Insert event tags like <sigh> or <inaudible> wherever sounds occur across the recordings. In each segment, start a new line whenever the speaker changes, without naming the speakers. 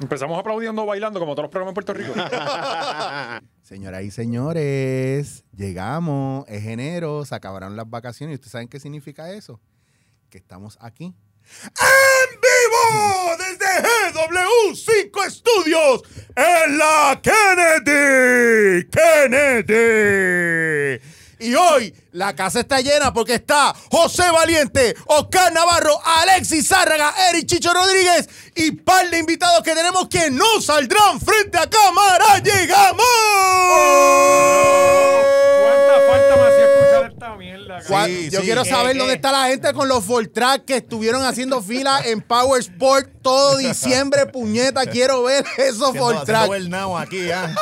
Empezamos aplaudiendo, bailando, como todos los programas en Puerto
<laughs>
Rico.
Señoras y señores, llegamos, es enero, se acabaron las vacaciones y ustedes saben qué significa eso. Que estamos aquí.
¡En vivo! Desde GW5 Estudios en la Kennedy. Kennedy. Y hoy la casa está llena porque está José Valiente, Oscar Navarro, Alexis Zárraga, Eric Chicho Rodríguez y par de invitados que tenemos que no saldrán frente a cámara. ¡Llegamos!
¡Oh! ¿Cuánta falta me hacía escuchar esta mierda? cabrón?
Cuá-
Sí,
Yo
sí.
quiero saber
Eh,
dónde
eh.
está la gente con los Fortrack que estuvieron haciendo fila en Power Sport todo diciembre, puñeta. Quiero ver esos Fortrack.
el nao aquí, ¿ah?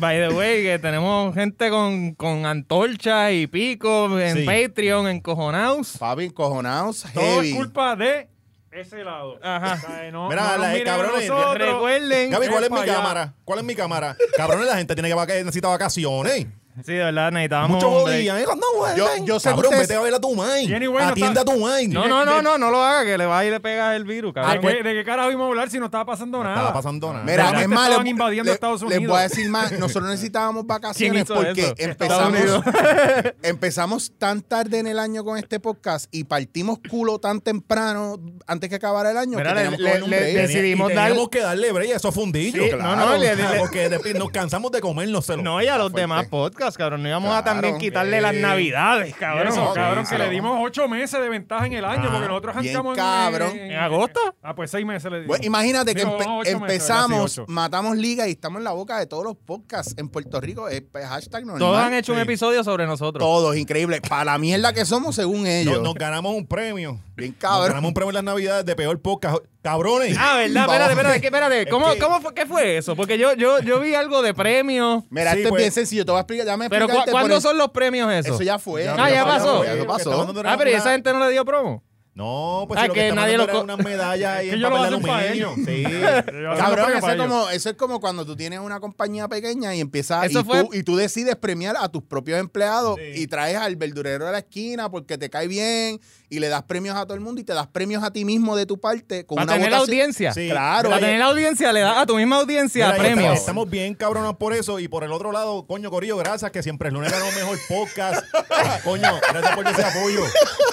By the way, que tenemos gente con, con antorchas y pico en
Sí.
Patreon, en Cojonaus.
Papi, cojonados,
Todo es
heavy.
culpa de ese lado.
Ajá.
O sea, no-
Mira,
no nos
la-
miren a
cabrones,
nosotros.
Recuerden.
Gaby, ¿cuál es mi
para allá.
cámara? ¿Cuál es mi cámara? Cabrones, la gente tiene que vaca- necesita vacaciones.
Sí, de verdad, necesitamos.
Mucho
un break.
bodilla, ¿eh? No, vuelven.
yo sé que
Cabrón,
ustedes-
vete a ver a tu mind.
Jenny Wayne no está-
Atienda a tu mind.
No, no,
<laughs>
no, no, no lo haga, que le va y le pega el virus,
¿De
Ah,
cabrón.
pues,
Pues-
qué, de qué carajo íbamos a hablar si no estaba pasando nada?
Estaba pasando nada.
La
Mira,
gente
es más,
estaban
le-
invadiendo
le-
Estados
les
Unidos.
voy a decir más. Nosotros necesitábamos vacaciones
hizo
porque
eso?
empezamos,
Estados
<laughs> empezamos tan tarde en el año con este podcast y partimos culo tan temprano antes que acabara el año.
Mira,
que teníamos que
le-
coger un
le-
break.
le- decidimos
y teníamos
dar-
que darle break a esos fundillos.
Sí,
claro,
no, no, le- le-
porque después nos cansamos de comérnoslos.
No, y a los
fuerte.
demás podcasts, cabrón. No íbamos a
Claro.
también quitarle las
Sí.
navidades, cabrón.
Eso, cabrón,
sí,
que
claro.
le dimos ocho meses de ventaja en el año, porque nosotros
bien
arrancamos en-
cabrón.
¿En agosto?
Ah, pues seis meses le dimos.
Bueno, imagínate que
Digo,
empe-
ocho meses,
empezamos,
casi ocho.
matamos liga y estamos en la boca de todos los podcasts en Puerto Rico. eh, pues, hashtag normal.
Todos han hecho un episodio sobre nosotros.
Todos, increíble. Para la mierda que somos, según ellos.
Nos, nos ganamos un premio.
Bien
Nos
cabrón.
ganamos un premio en las navidades de peor podcast. Cabrones.
Ah,
<laughs>
¿verdad? Espérate, espérate, que- espérate. ¿Cómo,
que-
cómo fue, ¿Qué fue eso? Porque yo, yo, yo vi algo de premios.
<laughs> Mira, este
Sí,
esto
pues.
es bien sencillo. Te voy a explicar. Déjame
Pero ¿cu-
explicarte por
¿cuándo
el-
son los premios esos?
Eso ya fue.
Ah, ya pasó.
Ya eso
Porque
pasó.
estamos dando
Ah, pero ¿y
una-
esa gente no le dio promo.
No, pues
Ah,
si lo que,
que
nadie
nadie lo
lo
co-
unas medallas
<laughs>
ahí
que
en
ellos lo
papel
hacen pa'
aluminio.
ellos.
Sí.
Cabrón,
Para
eso es,
ellos.
como, eso es como cuando tú tienes una compañía pequeña y empiezas y
Eso
tú,
fue-
y tú decides premiar a tus propios empleados
Sí.
y traes al verdurero de la esquina porque te cae bien y le das premios a todo el mundo y te das premios a ti mismo de tu parte con
Para
una
tener la
votación-
audiencia.
Sí.
Claro.
Para
Mira,
tener la audiencia, le das a tu misma audiencia
Mira, y
premios.
estamos- Estamos bien cabronas por eso. Y por el otro lado, coño, Corillo, gracias, que siempre el lunes ganó mejor podcast.
<laughs>
coño, gracias por ese apoyo.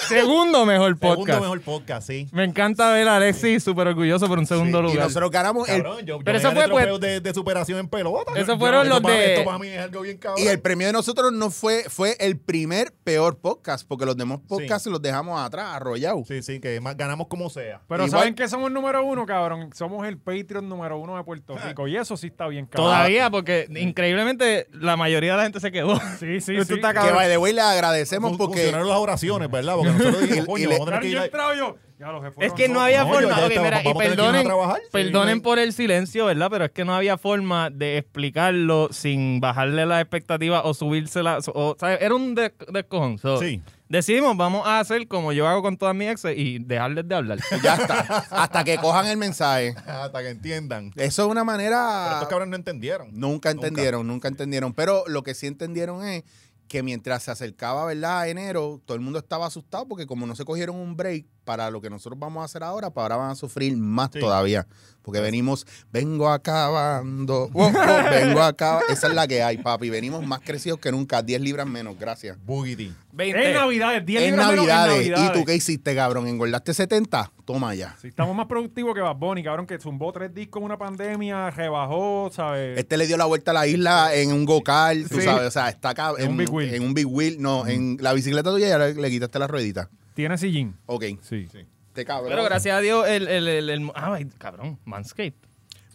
Segundo mejor
Segundo
podcast.
mejor podcast, sí.
Me encanta ver a Alexis súper orgulloso por un segundo
Y
lugar.
nosotros ganamos el,
Cabrón, yo, yo
Pero
me
eso
gané
fue, pues-
trofeos de, de superación en pelota.
Esos
Yo-
fueron
esto
los
pa-
de-
Esto para mí es algo bien cabrón.
y el premio de nosotros no fue fue el primer peor podcast porque los demás podcasts los dejamos atrás arrollados.
Sí, sí, que más ganamos como sea.
Pero
Igual-
¿saben que somos número uno, cabrón? Somos el Patreon número uno de Puerto
Ah.
Rico. Y eso sí está bien, cabrón.
Todavía, porque increíblemente la mayoría de la gente se quedó.
Sí, sí,
Esto
sí.
está
Que
cabrón.
by the way le
Fun-
agradecemos porque
Funcionaron las oraciones, ¿verdad?
<laughs>
Porque nosotros dijimos,
y
coño,
le-
vamos a
Claro,
tener que
yo
ir a-
entraba yo. Ya lo que fueron,
Es que no
son-
había
No, yo
forma.
ya
Ok,
estaba-
mira,
vamos a tener
y
que irnos a
perdonen,
trabajar.
perdonen por el silencio, ¿verdad? Pero es que no había forma de explicarlo sin bajarle las expectativas o subírselas. O, ¿sabes? Era un des- descojón. So,
Sí.
Decidimos, vamos a hacer como yo hago con todas mis exes y dejarles de
<laughs>
hablar.
ya está, hasta que cojan el mensaje.
Hasta que entiendan.
Eso es una
Pero
manera
estos cabrones no entendieron.
Nunca entendieron, nunca. entendieron. Pero lo que sí entendieron es que mientras se acercaba, ¿verdad? A enero, todo el mundo estaba asustado porque como no se cogieron un break para lo que nosotros vamos a hacer ahora, para ahora van a sufrir más
Sí.
todavía. Porque venimos, vengo acabando, oh, oh, <laughs> vengo acabando. Esa es la que hay, papi. Venimos más crecidos que nunca, 10 libras menos, gracias.
Boogity.
En Navidades, 10
En
libras menos
Navidades.
en Navidades.
¿Y tú qué hiciste, cabrón? ¿Engordaste 70? Toma ya.
Sí, estamos más productivos que Bad Bunny, cabrón, que zumbó tres discos en una pandemia, rebajó, ¿sabes?
Este le dio la vuelta a la isla en un go-kart, tú
Sí.
sabes, o sea, está acá
En
en,
un big wheel.
en un big wheel, no, en la bicicleta tuya ya le, le quitaste la ruedita.
Tiene sillín.
Ok,
Sí.
te cabrón.
Pero gracias a Dios, el. el, el, el- ah, ay, cabrón, Manscaped.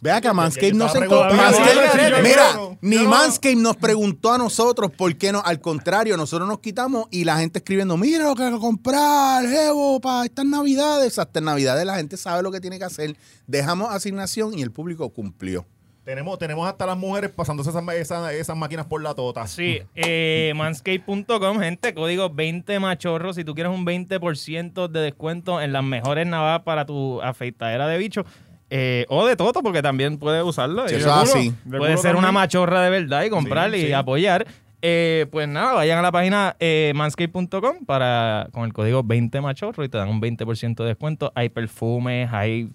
Ve acá, Manscape no se encontró.
Estaba preguntando.
Manscaped-
Yo no-
Mira,
yo no-
ni
yo no-
Manscape nos preguntó a nosotros por qué no. Al contrario, nosotros nos quitamos y la gente escribiendo, mira lo que hay que comprar, Evo, para estas navidades. Hasta en navidades la gente sabe lo que tiene que hacer. Dejamos asignación y el público cumplió.
Tenemos, tenemos hasta las mujeres pasándose esas, ma- esas, esas máquinas por la tota.
Sí, eh, manscape.com, gente, código 20 machorro. Si tú quieres un 20% de descuento en las mejores navajas para tu afeitadera de bicho eh, o de toto, porque también puedes usarlo.
Sí,
eh,
eso
de
es
culo.
así.
De
Puede
culo
ser una
también.
machorra de verdad y comprar
Sí,
y
sí.
apoyar. Eh, pues nada, vayan a la página eh, manscape.com para con el código 20 machorro y te dan un 20% de descuento. Hay perfumes, hay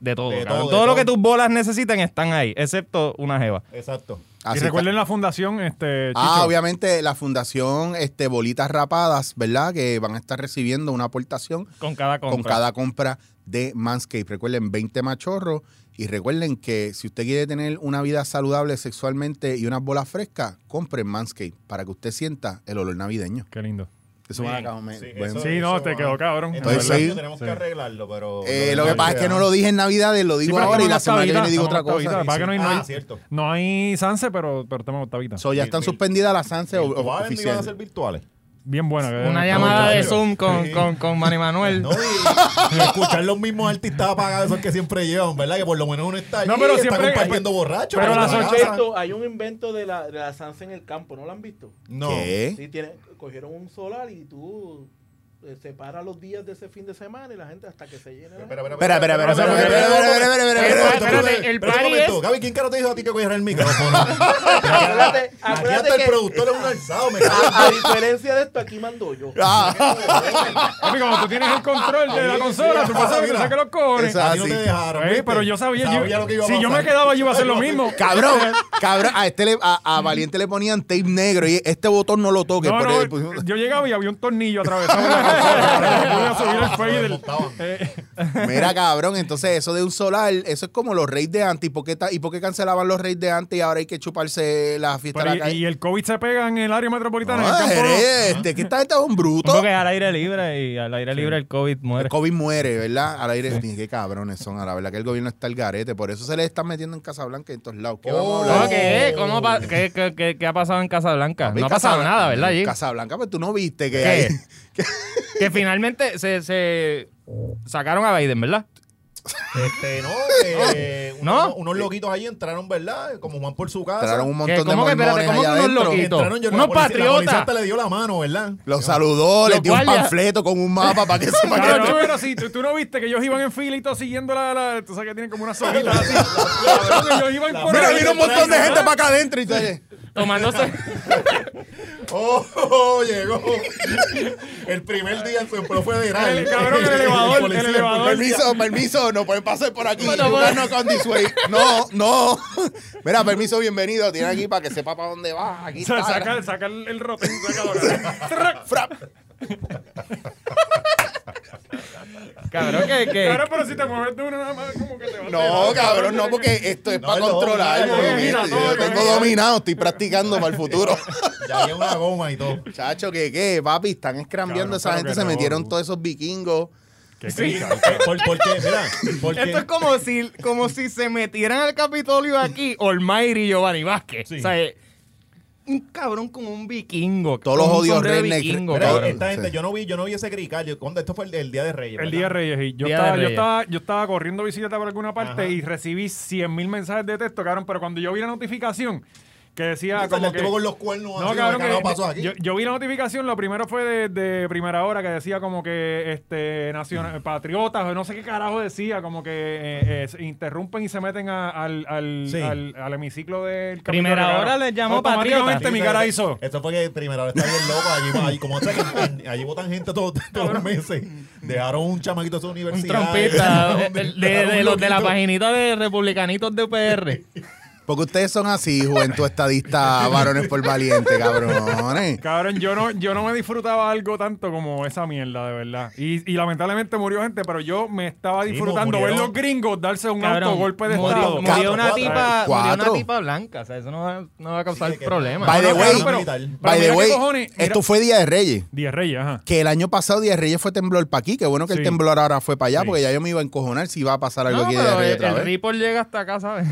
de todo.
De todo,
cabrón. todo,
de
lo
todo.
que tus bolas necesiten están ahí, excepto una jeva.
Exacto.
y
Así está.
recuerden la fundación, este.
Ah,
Chicho.
obviamente la fundación este, Bolitas Rapadas, ¿verdad? Que van a estar recibiendo una aportación
Con cada compra.
con cada compra de Manscaped. Recuerden, 20 machorros. Y recuerden que si usted quiere tener una vida saludable sexualmente y unas bolas frescas, compren Manscaped para que usted sienta el olor navideño.
Qué lindo.
Eso me
Bien.
acabó, me-
Sí,
bueno.
Sí, no, te quedó cabrón,
Entonces,
en verdad.
sí, tenemos que
Sí.
arreglarlo, pero.
Eh, lo que pasa es que no lo dije en Navidades, lo digo
Sí, pero
ahora y la
estamos
semana que viene
octavita,
digo otra
estamos
cosa.
octavita. Para que no hay, no
Ah,
hay-
cierto.
no hay Sanse, pero, pero estamos octavita.
So, ya
Mil-
están
mil-
suspendidas las Sanse o- o-
virtuales ni van a ser
oficiales.
virtuales.
Bien buena. que-
Una llamada de
Sí.
Zoom con,
Sí.
con, con Manny Manuel.
No, y, y escuchar los mismos artistas apagados esos que siempre llevan, ¿verdad? Que por lo menos uno está allí
No, pero
y está
siempre-
compartiendo borracho.
pero
por
la
casa.
sorpresa-
invento- hay un invento de la, de la Sansa en el campo, ¿no lo han visto?
No.
¿Qué?
Sí, tiene, cogieron un solar y tú eh, separas los días de ese fin de semana y la gente hasta que se llene. la gente.
Espera, espera, espera, espera, espera, espera, espera, espera, espera, espera, espera.
espérate, espérate,
Espera
el
un
party
momento,
es-
Gaby, ¿quién caro te dijo a ti que cogieras el micrófono?
Acuérdate-
Aquí
acuérdate
hasta el
que-
productor es un alzado, me cago.
A, a diferencia de esto, aquí mando yo.
Ah.
Papi, como tú tienes el control de la consola,
sí,
tú pasas que te
mira.
saques los cojones.
Exacto.
A ti no te dejaron.
Ey,
¿viste?
pero yo sabía, yo-
lo que iba a
si yo
pasar.
me quedaba yo iba a hacer lo mismo.
Cabrón, cabrón, a este le- a, a Valiente le ponían tape negro y este botón no lo toque.
No,
por
no,
el- pues,
<laughs>
pusimos-
yo llegaba y había un tornillo atravesado en la consola. No podía subir el
Lo
fader. Eh,
Mira, cabrón, entonces eso de un solar, eso es como los reyes de antes. ¿Y por qué, ta- y por qué cancelaban los reyes de antes y ahora hay que chuparse la fiesta
pero
de la
y,
calle?
y el COVID se pega en el área metropolitana. en el
No,
campo,
eres este, que esta gente es un bruto.
Porque es al aire libre y al aire libre el COVID muere.
El COVID muere, ¿verdad? Al aire. Ni Qué cabrones son. A la verdad que el gobierno está al garete. Por eso se les está metiendo en Casablanca y en todos lados. ¿Qué
Oh.
vamos a
¿Cómo
hablar?
que es? ¿Cómo pa- Ah, qué, qué- qué- qué ha pasado en Casablanca?
Papi,
No ha pasado
Casablanca-
nada, ¿verdad, Jim?
Casablanca, pues tú no viste que
¿Qué?
hay.
<laughs> Que finalmente se, se sacaron a Biden, ¿verdad?
Este, no, eh,
¿No?
unos- Unos loquitos ahí entraron, ¿verdad? Como Juan por su casa.
Entraron un montón de
¿Cómo que, espérate,
mormones
cómo
allá
que unos
adentro.
loquitos?
Entraron, yo,
Unos
la policía- La
patriotas.
policía <laughs> hasta le dio la mano, ¿verdad?
Los saludó, les
Los
dio un
guardias.
panfleto con un mapa para que
<laughs>
sepan que
Claro, tú, pero si tú, tú no viste que ellos iban en fila y todo siguiendo la, la- Tú sabes que tienen como una soguita así. Cabrón, ellos iban por
Mira,
ahí.
vino un montón de gente para acá adentro y todo. <laughs>
Tomándose.
Oh, oh, llegó. El primer día se fue federal.
El cabrón, el elevador, <laughs>
policía,
el elevador.
Permiso, permiso, no pueden pasar por aquí.
Bueno,
You
bueno.
cannot come this way. No, no. <laughs> Mira, permiso, bienvenido. Tienen aquí para que sepa para dónde va. Aquí
Sa-
está.
Saca, saca el, el rotín, saca la-
Frap.
Cabrón, que. que-
Claro, pero si te mueves de uno nada más, como que te vas
No, cabrón, no, porque esto es
No,
para
no,
controlar el
no,
movimiento.
mira,
Yo lo
no,
tengo
mira.
dominado, estoy practicando para el
<laughs>
futuro.
Ya lleva una goma y todo.
Chacho, que qué, papi, están
Cabrón,
escrambiando esa
pero
gente,
que
se
no,
metieron
tú.
todos esos vikingos.
Qué
Sí.
Por, porque, mira, porque,
Esto es como si, como si se metieran al Capitolio aquí Olmairi y Giovanni Vázquez.
Sí.
O sea, eh, un cabrón con un vikingo.
Todos los
con un
odios
sombrero de
redneck-
vikingo,
mira,
cabrón.
esta gente,
sí.
yo no vi, yo no vi ese grical. Yo, cuando esto fue el, el día de Reyes.
El
¿verdad?
día de Reyes. Y yo,
Día de
estaba,
Reyes.
Yo, estaba, yo estaba corriendo bicicleta por alguna parte
Ajá.
y recibí 100.000 mensajes de texto, cabrón. Pero cuando yo vi la notificación que decía
Como
como
el
que...
tipo con los cuernos así,
No,
como
cabrón,
que
que- eh,
nada pasó aquí.
yo, yo vi la notificación, lo primero fue de, de primera hora que decía como que este nacional, patriotas o no sé qué carajo decía, como que eh, eh, se interrumpen y se meten a- al, al,
Sí.
al, al hemiciclo del
Primera
Capitolio,
hora
cabrón.
les llamó
Automáticamente
patriotas.
Este, mi cara hizo.
Esto fue que primero ahora está bien loco. Allí, allí, como está que allí votan gente todos, todos los meses. Dejaron un chamaquito de su
Un
universidad.
eh,
trompeta
dejaron-
de, de-
dejaron
de
un
los de la
loquito.
paginita de republicanitos de UPR.
Porque ustedes son así, juventud estadista, varones por valiente, cabrones.
Cabrón, yo no, yo no me disfrutaba algo tanto como esa mierda, de verdad. Y, y lamentablemente murió gente, pero yo me estaba
Sí,
disfrutando ver
murieron.
los gringos darse un
Cabrón,
autogolpe de
murió,
estado.
murió
Cuatro,
una
cuatro.
tipa, murió
Cuatro.
una tipa blanca, o sea, eso no va, no va a causar
Sí, que-
problemas.
By the
Bueno,
way, by
cabrón, pero-
pero
the
mira qué
way,
cojones, mira-
esto fue Día de Reyes.
Diez Reyes, ajá.
Que el año pasado Día de Reyes fue temblor para aquí. Qué bueno que
Sí.
el temblor ahora fue para allá,
Sí.
porque ya yo me iba a encojonar si iba a pasar algo
No,
aquí de Día de
pero
Reyes
el,
otra
el
vez.
Ripple llega hasta acá, ¿sabes?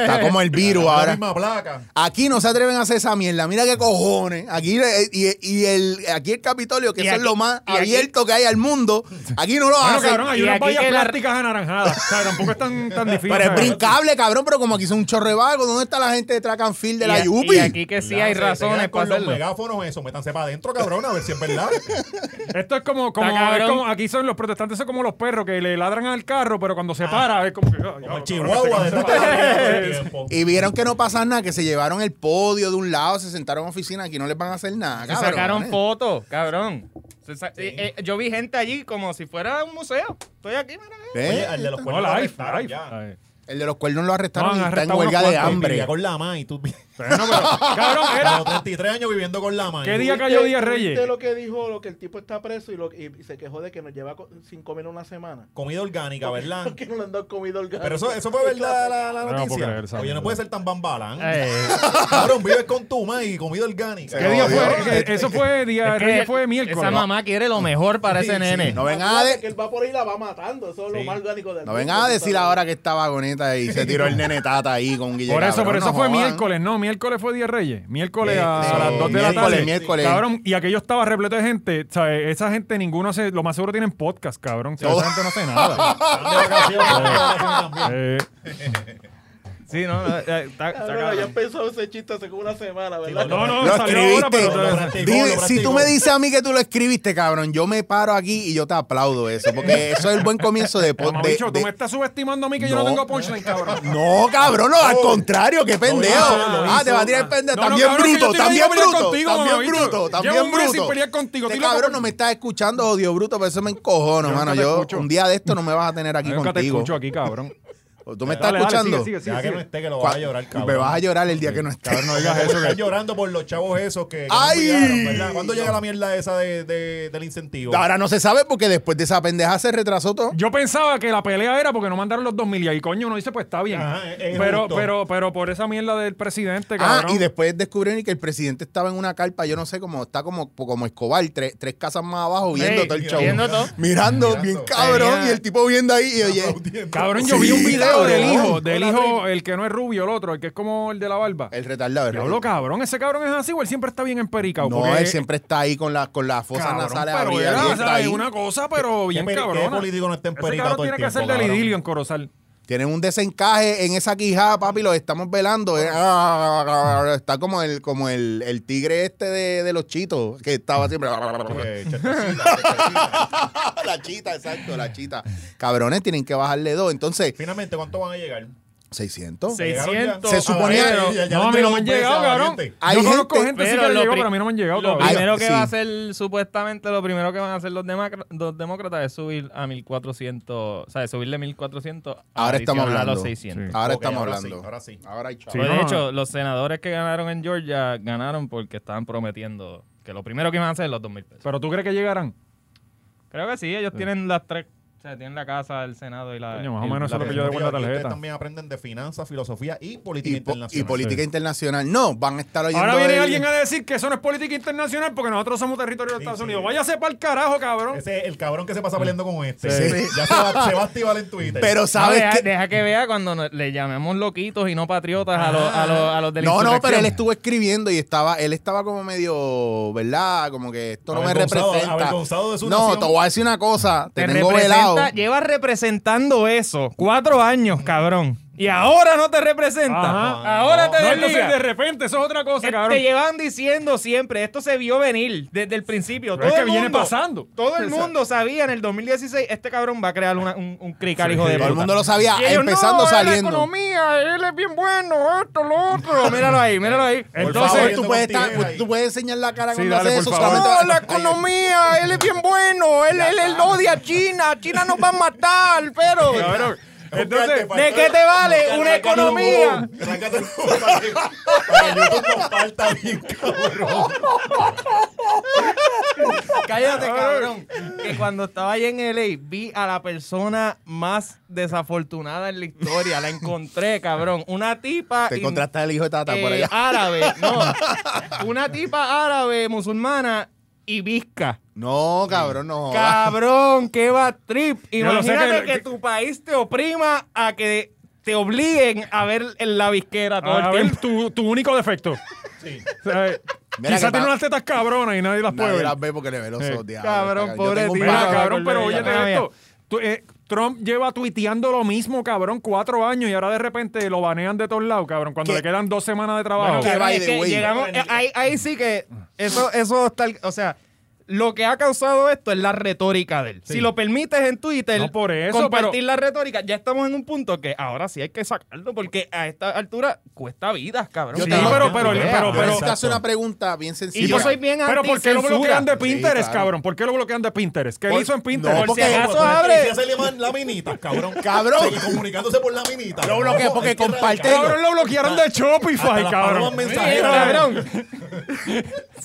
Está como el virus
La
ahora.
misma placa.
Aquí no se atreven a hacer esa mierda. Mira qué cojones. Aquí eh, y, y el aquí el Capitolio, que
Y
eso es
aquí-
lo más
y aquí-
abierto que hay al mundo. Aquí no lo
Bueno,
hacen.
cabrón, hay
y
unas
aquí
vallas
que la-
plásticas anaranjadas. O sea, tampoco es tan, tan difícil.
Pero es
¿sabes?
brincable, cabrón, pero como aquí son un chorro de vagos, ¿dónde está la gente de Track and Field de
Y
la
a-
Yupi?
Y aquí que sí hay
Se- se
razones
quedan
para
con los
hacerlo.
megáfonos eso. Métanse para adentro, cabrón, a ver si es verdad.
<laughs> Esto es como, como,
Está cabrón.
es como- aquí son los protestantes, son como los perros que le ladran al carro, pero cuando se para es como que. ah,
Como el
cabrón,
chihuahua
este
de
cabrón se para.
<laughs> Y vieron que no pasa nada, que se llevaron el podio de un lado, se sentaron en oficina, aquí no les van a hacer nada.
Se
cabrones.
sacaron fotos, cabrón. Se Se sa- eh, eh, yo vi gente allí como si fuera un museo. Estoy aquí, mira. eh.
¿Ves?
Oye, al de los
No,
cuernos.
live,
arrestaron
live.
ya.
Ay.
El de los cuernos lo arrestaron
No, han
y está en
arrestado
huelga
unos
de
cuantos,
hambre.
Vivía con la mamá y tú.
<laughs> Bueno, pero, cabrón,
Como <laughs>
era.
33 años viviendo con la mamá.
¿Qué día cayó Díaz
¿Viste
Reyes?
lo que dijo, lo que el tipo está preso y, lo- y- y se quejó de que nos lleva co- sin comer una semana?
Comida orgánica,
Ah.
¿verdad?
<laughs> Que no le han dado comida orgánica.
Pero eso, eso fue verdad la, la
No, no
noticia.
puedo creer, Sam.
Oye, no puede ser tan bambalán.
Eh,
Cabrón, vives con tu mamá y comida orgánica. eh,
¿Qué día fue? Eso fue día eh,
es que
Reyes fue miércoles.
Esa mamá quiere lo mejor para
Sí,
ese
sí,
nene.
No venga a,
Acuérdate
de-
que él va por ahí y la va matando. Eso es lo
Sí.
más orgánico del
no
mundo,
venga a
tú
decir
sabes.
ahora que estaba bonita y se tiró el nene tata ahí con Guillermo.
Por eso, por eso fue miércoles, no, miércoles fue Día Reyes. Miércoles
Eh,
a,
sí,
las 2 de la
miércoles,
tarde.
miércoles.
Cabrón, y aquello estaba repleto de gente. ¿sabes? Esa gente, ninguno se. Lo más seguro tienen podcast, cabrón. O sea,
Todo.
Esa gente no hace nada.
Están de vacaciones, están de vacaciones también.
Eh,
Sí, no, no, eh, está- está
Cabrón,
cabrón.
ya empezó ese chiste hace como una semana, ¿verdad?
no,
no,
no,
Lo
salió ahora,
escribiste.
pero.
Lo practicó,
Dime,
lo
si tú
practicó.
me dices a mí que tú lo escribiste, cabrón, yo me paro aquí y yo te aplaudo eso, porque eso es el buen comienzo de... po- de-
Mamabicho, tú
de-
me estás subestimando a mí que yo no
No.
tengo punchline,
<laughs>
cabrón.
No, cabrón, no, al contrario, qué pendejo.
lo
ah, te va a tirar el pendejo. también bruto, también bruto. También bruto,
Llevo
también
un mes sin
bruto.
pelear contigo.
Este
estoy loco
cabrón
por-
no me estás escuchando, odio bruto, por eso me encojono,
Yo nunca
mano.
te
Yo
escucho.
un día de esto no me vas a tener aquí
Yo nunca te
contigo.
escucho aquí, cabrón.
¿O ¿Tú me estás
Dale, dale,
escuchando?
sigue, sigue,
Ya
sigue,
que no
sigue.
esté, que lo
Cua-
vas a llorar, cabrón.
Me vas a llorar el día que no estás.
No digas eso.
Estás llorando por los chavos esos que. que no
¡Ay!
llegaron, ¿verdad? ¿Cuándo llega la mierda esa de, de- del incentivo? <laughs>
Ahora no se sabe porque después de esa pendeja se retrasó todo.
Yo pensaba que la pelea era porque no mandaron los 2000 y ahí coño uno dice, pues está bien.
Ajá, es- es
pero,
justo.
pero, pero por esa mierda del presidente,
Ah,
cabrón.
y después descubrieron que el presidente estaba en una carpa, yo no sé cómo, está como, como Escobar, tres, tres casas más abajo viendo
Ey,
todo el show.
viendo todo.
Mirando, bien cabrón,
Tenía-
y el tipo viendo ahí, y oye,
Cabrón, yo vi un
Sí,
video
cabrón.
del hijo, del
Hola, Eh,
hijo,
Trini.
el que no es rubio, el otro, el que es como el de la barba.
el retardado.
Diablo, cabrón, ese cabrón es así o él siempre está bien empericado.
No,
Porque-
él siempre está ahí con, la, con las fosas
Cabrón,
nasales
pero
abiertas.
era,
y
o
está
sea,
ahí.
una cosa, pero bien
peri- qué
cabrona.
político no está
Ese
empericado
cabrón
todo el
tiene que hacer
tiempo,
del
cabrón.
idilio en Corozal.
Tienen un desencaje en esa quijada, papi, los estamos velando. eh. Está como el, como el, el tigre este de, de los chitos, que estaba siempre. <laughs>
Porque,
la chita, exacto, la chita. Cabrones, tienen que bajarle dos. Entonces,
Finalmente, ¿cuánto van a llegar?
600.
Sí.
¿Llegaron ya?
600.
Se suponía-
Ah, ya- ya
No, a mí
le
no me han
dieron un
llegado,
beso a
cabrón.
Valiente.
Hay
Yo
gente-
conozco gente sí que
Pero
le
lo
llegó,
pri-
pero a mí no me han llegado
Lo
todavía.
primero que
sí.
va a hacer, supuestamente, lo primero que van a hacer los, demacra- los demócratas es subir a 1400, o sea, subirle 1400 a
Ahora estamos
adicional
hablando.
a los 600.
Ahora
Ok,
estamos
ahora
hablando. Ah,
sí, ahora sí.
Ahora hay chavo.
Sí,
Pues,
no,
de
no.
hecho, los senadores que ganaron en Georgia ganaron porque estaban prometiendo que lo primero que iban a hacer es los 2000 pesos.
Pero tú crees que llegarán.
Creo que sí, ellos tienen las tres, o sea, tienen la casa, el Senado y la.
Coño, más o
y
menos
la-
eso es lo que yo- devuelvo la
Aquí ustedes
tarjeta.
también aprenden de finanzas, filosofía y política
Y, po- y
internacional.
política internacional. No, van a estar oyendo.
Ahora viene
el-
alguien a decir que eso no es política internacional porque nosotros somos territorio de
Sí,
Estados
sí.
Unidos. Váyase para el carajo, cabrón.
Ese es el cabrón que se pasa peleando con este.
Sí.
Ya se va, se va a activar en Twitter.
Pero
No,
sabes
deja,
que.
deja que vea cuando no- le llamemos loquitos y no patriotas a los, a los, a los de la
Ah. No, no, pero
insurrección.
él estuvo escribiendo y estaba, él estaba como medio, ¿verdad? Como que esto no me
Avergonzado,
representa.
avergonzado de su
no,
nación.
te voy a decir una cosa, te,
Te
tengo
representa-
velado.
Llevas representando eso cuatro años, cabrón. Y ahora no te representa.
Ajá.
Ahora te
No, entonces
desliga.
de repente, eso es otra cosa,
Eh,
cabrón.
Te llevan diciendo siempre, esto se vio venir desde el principio.
Pero es
todo
que
el
viene
mundo-
pasando.
Todo el mundo sabía en el 2016, este cabrón va a crear una- un, un crical, hijo de
Todo el
puta.
mundo lo sabía,
Y ellos,
empezando
"No, es La
saliendo.
economía, él es bien bueno, esto, lo otro. <laughs> Míralo ahí, míralo ahí.
Por
Entonces,
favor,
tú
yendo
puedes,
contigo
estar,
ahí.
tú puedes enseñar la cara
Sí,
cuando
dale,
haces
por
eso.
favor.
solamente-
No, la economía, él es bien bueno, él, él, él odia a China, China nos va a matar, pero...
Cabrón. Entonces,
Comparte,
¿De qué te vale una economía?
Sácate un botón para que- para que YouTube comparta bien, cabrón.
Cállate, cabrón. Que cuando estaba allá en LA, vi a la persona más desafortunada en la historia. La encontré, cabrón. Una tipa.
Te
in-
encontraste al hijo de Tata por
eh,
allá.
árabe, no. Una tipa árabe, musulmana y visca.
No, cabrón, no.
Cabrón, qué va trip.
Yo lo sé
Imagínate
que-
que, tu país te oprima a que te obliguen a ver en la visquera todo
a
el
ver,
tiempo.
tu, tu único defecto.
Sí.
O sea, eh,
Mira
Quizás
que
tiene
pa-
unas tetas cabronas y nadie las puede
Nadie
ver.
las ve porque le ve los
Eh,
ojos, diablo,
pues. cabrón,
esta- yo
pobre
tengo un
tío.
Mira,
pana-
cabrón,
Con
pero
ella,
óyete
con ella.
esto. Tú, eh, Trump lleva tuiteando lo mismo, cabrón, cuatro años y ahora de repente lo banean de todos lados, cabrón, cuando
¿Qué?
le quedan dos semanas de trabajo.
Bueno, que-
Cabrón,
by
es
the way.
llegamos, eh, ahí, ahí sí que eso, eso está, o sea, lo que ha causado esto es la retórica de él. Si lo permites en Twitter,
No, por eso,
compartir
pero-
la retórica, ya estamos en un punto que ahora sí hay que sacarlo porque a esta altura cuesta vidas, cabrón.
Yo
Sí,
también-
pero, pero,
Yo
pero, pero-
necesito hacer una pregunta bien sencilla.
y yo soy bien
pero ¿por qué lo
anticensura.
bloquean de Pinterest,
claro.
cabrón? ¿Por qué lo bloquean de Pinterest? ¿Qué él hizo en Pinterest?
no, porque-
Por si
Como
acaso,
tú
abre.
decías, Se le van laminitas, cabrón.
Cabrón.
Seguí comunicándose por laminitas.
Lo bloqueé
No,
porque
es que es
comparte-
radical.
Cabrón, lo bloquearon de
Hasta
Shopify,
las
cabrón.
palomas mensajeras.
Mira,
Cabrón,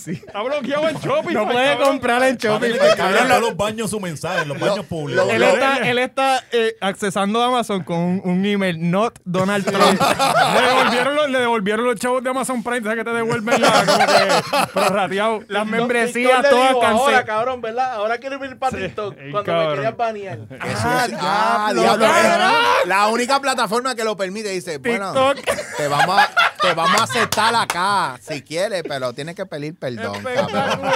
Está bloqueado en Shopify.
no puede
cabrón.
comprar en
Cabrón,
Shopify.
le cabrón, a los baños su mensaje, en los baños públicos.
Él
Lo-
está, él está eh, accesando Amazon con un, un email, not
<laughs>
Donald Trump.
Le devolvieron, los, le devolvieron los chavos de Amazon Prime, ¿sabes que te devuelven la, como que, prorrateado.
Las
No,
membresías
Yo le
todas
digo, Ahora,
canceladas.
cabrón, ¿verdad? Ahora quiero ir para TikTok
el
cuando
cabrón.
me querían banear.
Ah, diablo,
diablo,
cabrón. La única plataforma que lo permite dice, bueno,
TikTok.
te vamos, a, te vamos a aceptar acá si quieres, pero tienes que pedir perdón. cabrón.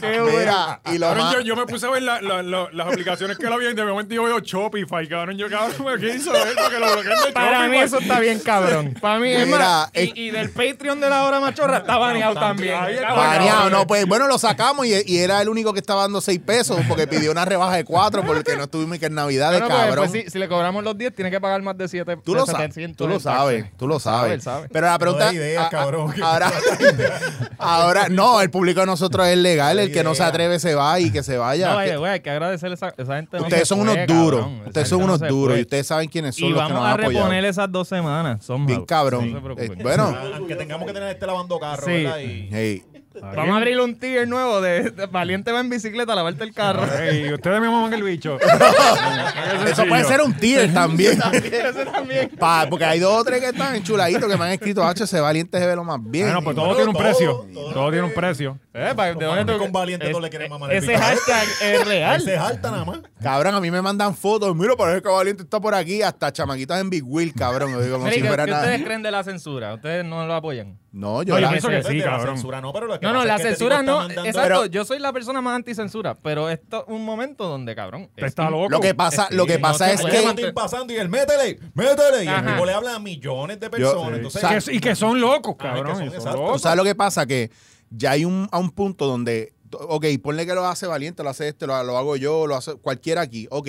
Qué bueno.
Mira, y lo
Cabrón,
más...
yo, yo me puse a ver la- la- la- las aplicaciones que él había y de momento yo veo Shopify, cabrón. Yo, cabrón, ¿qué hizo él? Porque lo bloquearon de
Para mí
Shopify.
eso está bien cabrón. <laughs> Para mí es
Mira,
más.
es-
Y, y del Patreon de la hora machorra está baneado también.
Ahí está
Baneado, no, pues bueno, lo sacamos y, y era el único que estaba dando seis pesos porque pidió una rebaja de cuatro porque no estuvimos y que en Navidad de
Bueno, pues,
cabrón.
pues, si, si le cobramos los 10, tiene que pagar más de 7.
Tú lo, sabes, tú lo sabes, tú lo
Él
sabes.
sabe.
Pero la pregunta.
hay ideas,
a- a-
cabrón.
Ahora, <laughs> ahora, no, el público de nosotros es legal. El que no se
idea.
atreve se va y que se vaya.
No,
Que-
vaya, güey, hay que agradecerle a esa, esa gente. no se
ustedes son
puede,
unos
cabrón.
duros.
Esa
Ustedes
gente
son
no
unos
se
duros
puede.
y ustedes saben quiénes son
Y
los que
vamos
nos
a
han apoyado.
reponer esas dos semanas. Son
Bien
malos.
cabrón.
No se preocupen.
Eh, bueno,
Aunque tengamos que tener este lavando carro,
Sí.
¿verdad? Y-
hey,
Vamos a abrir un tier nuevo de, de Valiente va en bicicleta a lavarte el carro.
<laughs>
Eh,
Ey, ustedes me maman el bicho.
eso puede ser un
<laughs>
tier también.
Ese también.
Pa- porque hay dos o tres que están enchuladitos que me han escrito, H, se valiente, se ve lo más bien.
Bueno, pues todo tiene un
todo,
precio.
todo.
Todo tiene un precio.
Eh, pa- ¿de dónde tú-
Con valiente no
es-
le quiere mamar el
Ese
bicho.
hashtag es
Se
real.
jalta nada más.
Cabrón, a mí me mandan fotos. Mira, parece que Valiente está por aquí. Hasta chamaquitas en Big Wheel, cabrón. Yo digo, como
Mira, ¿y
si
¿qué,
fuera
qué
nada.
ustedes creen de la censura? ¿Ustedes no lo apoyan?
No, yo
No, yo
la-
pienso que sí,
De la
cabrón.
censura no, pero lo que
No, no,
pasa
la
es que este tipo
censura
está
no.
mandando-
Exacto,
Pero-
yo soy la persona más anticensura, pero esto es un momento donde, cabrón.
Te
es
está loco.
Lo que pasa,
Sí,
lo que
no
pasa
se
es
Ahí
puede
que.
va Martín pasando y él, métele, métele. Y el
Ajá.
tipo le habla a millones de personas.
Yo-
entonces,
Que- y que son locos,
Ah,
cabrón.
que son,
y son
exacto.
O
locos.
sea, lo que pasa que ya hay un, a un punto donde, ok, ponle que lo hace Valiente, lo hace este, lo, lo hago yo, lo hace cualquiera aquí. Ok,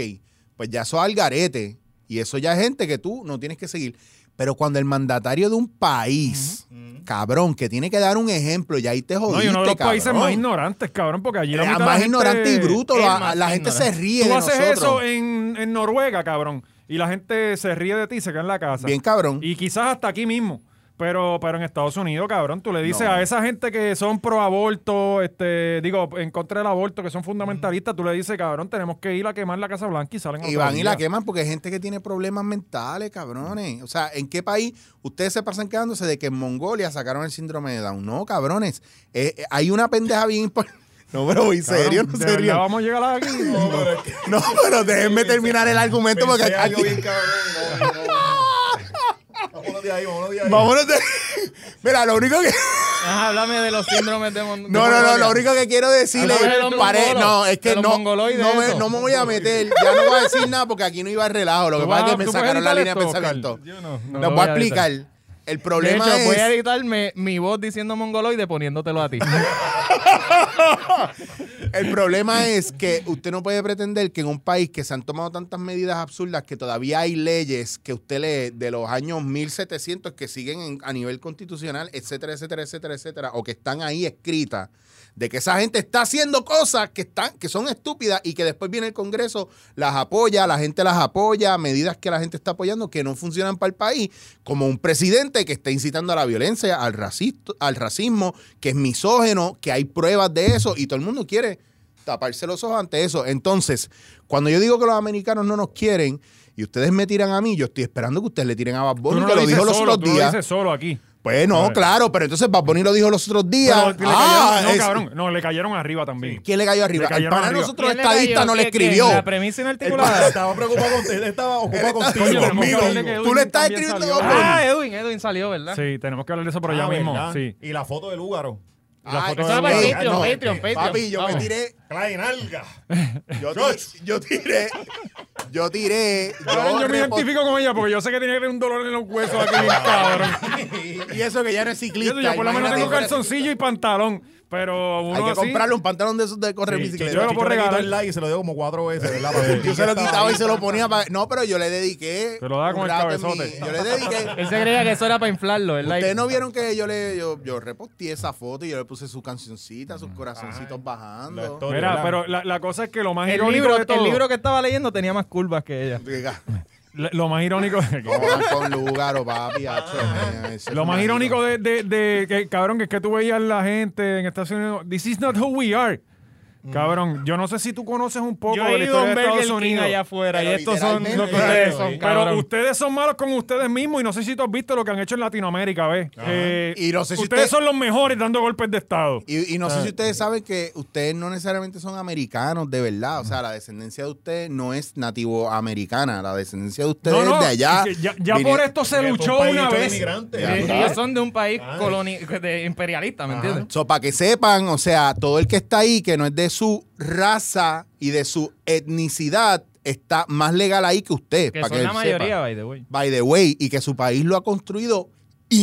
pues ya eso es al garete. Y eso ya es gente que tú no tienes que seguir. Pero cuando el mandatario de un país, cabrón, que tiene que dar un ejemplo, y ahí te
No,
jodiste,
y uno de los
cabrón.
países más ignorantes, cabrón, porque allí la
Eh,
mitad de la
más
gente-
ignorante y bruto.
es
la-
más
la gente se
ignorante.
ríe
Tú
de
haces
nosotros.
eso en, en Noruega, cabrón, y la gente se ríe de ti, se cae en la casa.
Bien cabrón.
Y quizás hasta aquí mismo. Pero, pero en Estados Unidos, cabrón, tú le dices
No.
a esa gente que son pro aborto, este, digo, en contra del aborto, que son fundamentalistas, tú le dices, cabrón, tenemos que ir a quemar la Casa Blanca y salen al
Y
otro
van y la
día.
queman porque hay gente que tiene problemas mentales, cabrones. O sea, ¿en qué país ustedes se pasan quedándose de que en Mongolia sacaron el síndrome de Down? No, cabrones. Eh, eh, hay una pendeja bien impor- <laughs> No, pero en
Cabrón,
serio, no
de
se
verdad
rían.
Vamos a llegar
<laughs>
aquí.
No, pero es que-
No, pero déjenme terminar el argumento porque
Pensé algo
aquí-
bien cabrón, no, no, no. Vámonos de ahí, vámonos de ahí.
Vámonos de... <laughs> Mira, lo único que...
Ajá, háblame de los síndromes de Mon- de
No, no, no,
Mongolia.
lo único que quiero decirle...
Háblame de los
Pare-
mongolos,
No, es que
de los
no, no,
mongoloides
me,
esos.
no me voy a meter. Ya no voy a decir nada porque aquí no iba el relajo. Lo que
Tú
pasa es que
vas-
me
tú puedes
sacaron la
editar
línea de
esto, Oscar.
pensamiento.
Yo no, no
Les voy a
lo voy a editar.
explicar. El
De
problema
hecho,
es...
voy a editarme mi voz diciendo mongoloide poniéndotelo
<laughs>
a ti.
El problema es que usted no puede pretender que en un país que se han tomado tantas medidas absurdas que todavía hay leyes que usted lee de los años 1700 que siguen en- a nivel constitucional, etcétera, etcétera, etcétera, etcétera, o que están ahí escritas, de que esa gente está haciendo cosas que, están, que son estúpidas y que después viene el Congreso, las apoya, la gente las apoya, medidas que la gente está apoyando que no funcionan para el país, como un presidente que está incitando a la violencia, al, racisto- al racismo, que es misógeno, que hay pruebas de eso y todo el mundo quiere taparse los ojos ante eso. Entonces, cuando yo digo que los americanos no nos quieren y ustedes me tiran a mí, yo estoy esperando que ustedes le tiren a Bad
Tú
Bunny,
no
que
lo
lo
dices
dijo los
solo,
otros
tú lo
días.
dices solo aquí.
Pues
A
no,
ver.
claro, pero entonces Bad Bunny lo dijo los otros días.
Pero le cayeron-
ah,
no,
es-
cabrón, no, le cayeron arriba también.
¿Quién le cayó arriba?
Le
el
cayeron
pana de
arriba.
nosotros
¿Quién le
estadista
cayó?
no le
¿Qué- qué?
escribió.
La premisa inarticulada.
Estaba preocupado contigo, él estaba ocupado contigo.
Coño,
Conmigo.
tenemos que hablarle que
Tú le
Edwin
estás
también salió.
escribiendo a Bad Bunny.
Ah, Edwin, Edwin salió, ¿verdad?
Sí, tenemos que hablar de eso por allá
Ah,
mismo.
¿verdad?
Sí.
Y la foto de Lúgaro.
La
Ah,
Ay,
foto
eso
de
para
Bad
el
Bunny.
Patreon,
No,
Patreon,
Patreon.
eh, Papi, yo me
Vamos.
tiré,
Klein Alga.
yo, ti- yo tiré, yo tiré,
Cabrón, yo me
repo-
identifico con ella porque yo sé que tenía que tener un dolor en los huesos aquí, bien cabrón.
Y eso que ya no es
Y
ciclista.
eso, yo por lo menos
imagínate.
tengo calzoncillo y pantalón. Pero uno
Hay que
así-
comprarle un pantalón de esos de correr
Sí,
bicicleta.
que yo lo puedo
le quitó
regalar.
el like y se lo dio como cuatro veces, ¿verdad? Para ver
Yo
quién
se lo
estaba
quitaba y
ahí.
se lo ponía para... No, pero yo le dediqué...
Te lo daba
un
con el
rato en
cabezote.
mi- Yo
<laughs>
le dediqué...
Él se creía que eso era para inflarlo, ¿verdad?
Ustedes no vieron que yo le yo, yo reposté esa foto y yo le puse su cancioncita, sus corazoncitos
La
bajando.
historia,
Mira,
¿verdad?
pero la, la cosa es que lo más
el
irónico
libro,
de todo.
el libro que estaba leyendo tenía más curvas que ella.
Diga,
Lo lo más irónico. <laughs>
cojan con lugar o papi,
Ah.
hacho, man, eso es
Lo más
una-
irónico de, de, de- que, cabrón, que es que tú veías la gente en Estados Unidos. This is not who we are.
Mm.
Cabrón, yo no sé si tú conoces un poco de la historia de Estados Unidos.
allá
<laughs>
afuera
Pero
y estos son
literalmente,
los
Pero,
que
<laughs>
son,
pero
cabrón.
ustedes son malos con ustedes mismos y no sé si tú has visto lo que han hecho en Latinoamérica, ¿ves? Eh,
Y no sé si
ustedes
usted-
son los mejores dando golpes de Estado.
Y, y no sé
Ah.
si ustedes saben que ustedes no necesariamente son americanos de verdad. O sea, la descendencia de ustedes no es nativo americana. La descendencia de ustedes
No, no,
es de allá.
que ya ya
Vine-
por esto se
Porque
luchó
fue un país
una
hecho de
vez.
inmigrantes.
Ya.
Eh,
Ajá.
Ellos son de un país
Ah.
coloni- de imperialista, ¿me
Ajá.
entiendes?
So, para que sepan, o sea, todo el que está ahí que no es de su raza y de su etnicidad está más legal ahí que usted.
Que
para
son
que
la
sepa.
mayoría, by the way.
by the way, y que su país lo ha construido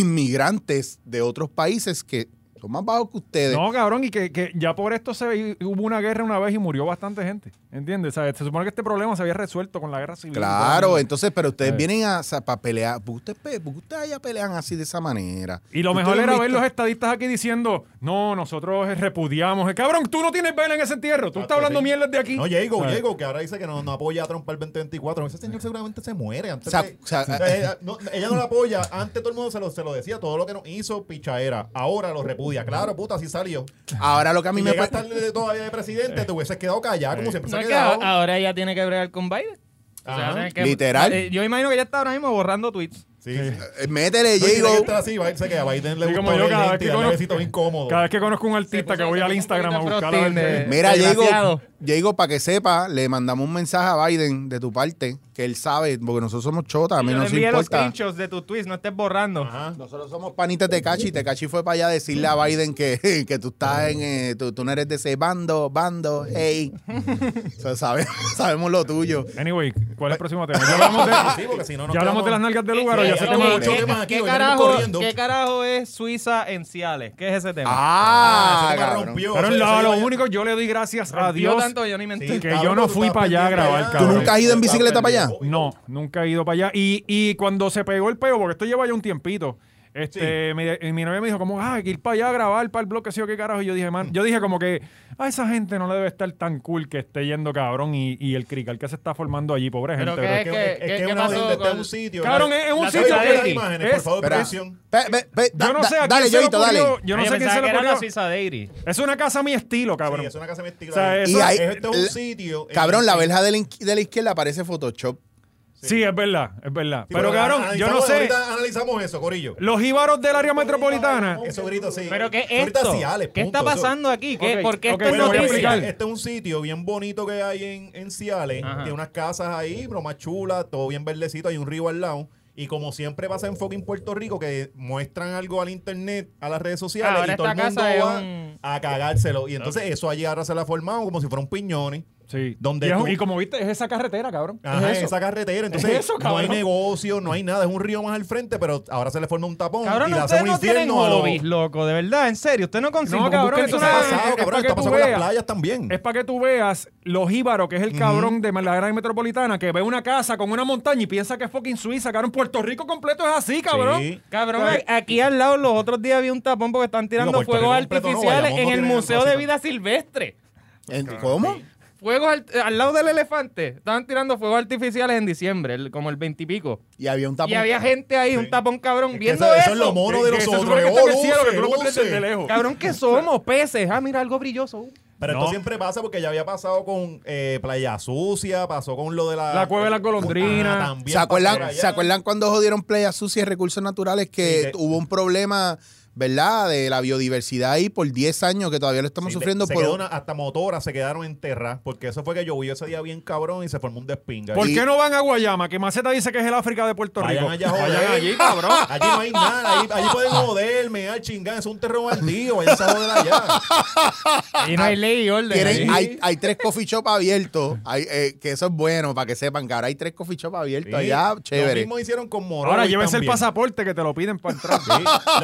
inmigrantes de otros países que son más bajos que ustedes.
No, cabrón, y que, que ya por esto se ve- hubo una guerra una vez y murió bastante gente. ¿Entiendes? O sea, se supone que este problema se había resuelto con la guerra civil.
Claro, entonces, pero ustedes
Eh.
vienen a, para pelear. ¿Por qué ustedes, pe- por qué ustedes allá pelean así de esa manera?
Y lo
¿Ustedes
mejor
han
era ver
visto?
los estadistas aquí diciendo, no, nosotros eh, repudiamos. Eh, Cabrón, tú no tienes vela en ese entierro. Tú estás hablando
sí.
mierdas de aquí.
Ah, No, Diego,
¿Sabes?
Diego, que ahora dice que no, no apoya a Trump para el 2024. Ese señor seguramente se muere. Antes
O sea,
de-
o sea,
eh, no, ella no lo apoya. Antes todo el mundo se lo, se lo decía. Todo lo que nos hizo, pichaera. Ahora lo repudia. Claro, puta, así salió.
Ahora lo que a
A
mí
mí
me
llega
parece.
tarde de todavía de presidente, te hubieses quedado callado, como siempre
No
se
es
ha
que
quedado.
a- ahora ella tiene que bregar con Biden. O sea,
Ajá.
tiene que-
Literal.
Eh, Yo imagino que ella está ahora mismo borrando tweets.
Sí, sí.
Eh, Métele,
No, y tiene
Diego.
que estar así, Biden se queda. Biden le
Sí,
gusta
como yo, cada vez que
un
conozco-
besito incómodo.
Cada vez que conozco un artista
puso-
que
se
voy
puso
al
un
Instagram a
poquito
buscar. a ver
frostil
qué-
de-
Mira, Diego,
Desgraciado.
Diego, para que sepa, le mandamos un mensaje a Biden de tu parte, que él sabe, porque nosotros somos chotas, a mí
Yo
no
le
nos
envié los
importa.
screenshots de tus tweets, no estés borrando.
Ajá.
Nosotros somos panitas de Cachi. Tecachi fue para allá a decirle a Biden que, <laughs> que tú estás en. eh, tú, tú no eres de ese bando, bando, hey. O sea, sabe- <laughs> sabemos lo tuyo.
Anyway, ¿cuál es el próximo tema? Ya hablamos de,
<laughs> Sí, porque si no, nos
ya hablamos de las
quedamos-
nalgas de lugar o ya
Eh,
se
ok,
tema
mucho.
¿qué-
Temas aquí, hoy
qué
venimos
carajo-
corriendo.
¿Qué carajo es Suiza en Ciales? ¿Qué es ese tema?
Ah,
ese tema
cabrón.
rompió,
Pero
ese- ese
lo, lo
iba-
único, yo le doy gracias a
Rompió
Dios
tanto, yo ni me
que
enteré.
Cabrón,
yo no
tú
fui
estabas
para allá a
pendiente
grabar,
allá.
cabrón.
¿Tú nunca has ido en
Estabas
bicicleta para allá?
pendiente.
No, nunca he ido para allá. Y, y cuando se pegó el peo, porque esto lleva ya un tiempito, este, mi, mi novia me dijo como, ah, hay que ir para allá a grabar para el blog, que sí o qué carajo. Y yo dije,
Mm.
man, yo dije como que a esa gente no le debe estar tan cool que esté yendo cabrón y, y el crical que se está formando allí, pobre
Pero
gente.
qué-
¿verdad?
Es que-
¿Qué-
es que
qué-
es
qué
una
pasó
gente, está en
con-
un sitio.
Cabrón, es- es un
La-
sitio
Oye,
de-
las imágenes, por
es-
favor,
Espera.
producción.
Pe- pe- pe- da-
Yo no sé
da-
a quién
dale,
se le
Yoito, dale.
ocurrió- yo no
Oye,
sé a quién se
pensaba
le
que era
ocurrió.
la Suiza Dairy.
Es una casa a mi estilo,
Sí,
cabrón.
es una casa mística.
O sea,
Y ahí-
Este es un sitio.
Cabrón, la verja
verdad.
de la, in- de la izquierda parece Photoshop.
Sí, es verdad, es verdad. pero cabrón, yo no
analizamos-
sé.
Ahorita analizamos eso, Corillo.
Los íbaros del área metropolitana.
Eso grito, sí.
¿Pero qué es
Ahorita
esto?
sí, Ale,
¿Qué
punto,
está
eso.
pasando aquí? ¿Qué,
Ok,
¿Por qué
ok,
esto es
bueno,
Bueno,
voy a
noticia?
explicar.
Este es un sitio bien bonito que hay en, en Ciales.
Ajá.
Tiene unas casas ahí, pero más chulas, todo bien verdecito, hay un río al lado. Y como siempre pasa en fucking Puerto Rico, que muestran algo al internet, a las redes sociales,
Ahora
y todo el
esta
mundo
casa es
va
un-
a cagárselo. Y entonces eso allí ahora se la ha formado como si fuera un piñón.
Sí.
Donde
y, es-
tú-
y como viste, es esa carretera, cabrón.
Ajá,
es eso.
esa carretera. Entonces,
eso,
no hay
cabrón.
negocio, no hay nada. Es un río más al frente, pero ahora se le forma un tapón
Cabrón,
Oh, y le hace
ustedes
un
no tienen
infierno a los.
hobbies, loco, de verdad, en serio, ustedes no consiguen.
No, cabrón,
busquen
eso
sus
no
Está
es-
hobbies.
es
pasado,
para
cabrón.
que
Está
tú
pasado con las
veas.
playas también.
Es para que tú veas los íbaros, que es el cabrón de la gran metropolitana, que ve una casa con una montaña y piensa que es fucking Suiza, cabrón. Puerto Rico completo es así, cabrón.
Sí.
Cabrón, eh, a- aquí al lado los otros días vi un tapón porque están tirando
Puerto
fuegos
Rico completo no,
artificiales
Bayamón
en
no
el
tiene
Museo
nada
de
así.
Vida Silvestre.
En- ¿Cómo?
Fuegos al, eh, al lado del elefante. Estaban tirando fuegos artificiales en diciembre, el- como el veintipico.
Y había un
Y
tapón.
había gente ahí, un tapón cabrón,
Es que
viendo
eso,
eso.
es lo mono de
Que- que
los
se
otros.
supone que está en el cielo, que tú lo
luce,
puedes ver desde
luce.
lejos.
Cabrón, ¿qué somos? Peces. Ah, mira, algo brilloso.
Pero
No.
esto siempre pasa porque ya había pasado con eh, Playa Sucia, pasó con lo de la...
La cueva de las golondrinas.
Ah, también
¿Se
pasó por
acuerdan,
allá.
¿Se acuerdan cuando jodieron Playa Sucia y Recursos Naturales
Sí,
que
de-
hubo un problema, ¿verdad? De la biodiversidad ahí por 10 años que todavía lo
Sí,
estamos
de-
sufriendo
se
por
quedó una- hasta motoras se quedaron en terra porque eso fue que llovió ese día bien cabrón y se formó un
eh,
despinga.
¿Por
Y-
qué no van a Guayama? Que Maceta dice que es el África de Puerto
Vayan
Rico.
allá, joder.
Vayan
<laughs>
allí, cabrón.
Allí no hay nada. Allí, allí pueden joderme, al chingar. Es un terreno baldío. Vayan a joder allá. Ah,
Y no hay ley y orden.
Tienen-
ahí.
hay, hay tres coffee shop abiertos, hay, eh, que eso es bueno para que sepan que ahora hay tres coffee shop abiertos <laughs>
Sí,
allá,
Lo
chévere.
mismo hicieron con Morovis
Ahora llévese el
también. <laughs>
pasaporte que te lo piden para entrar.
Sí, lo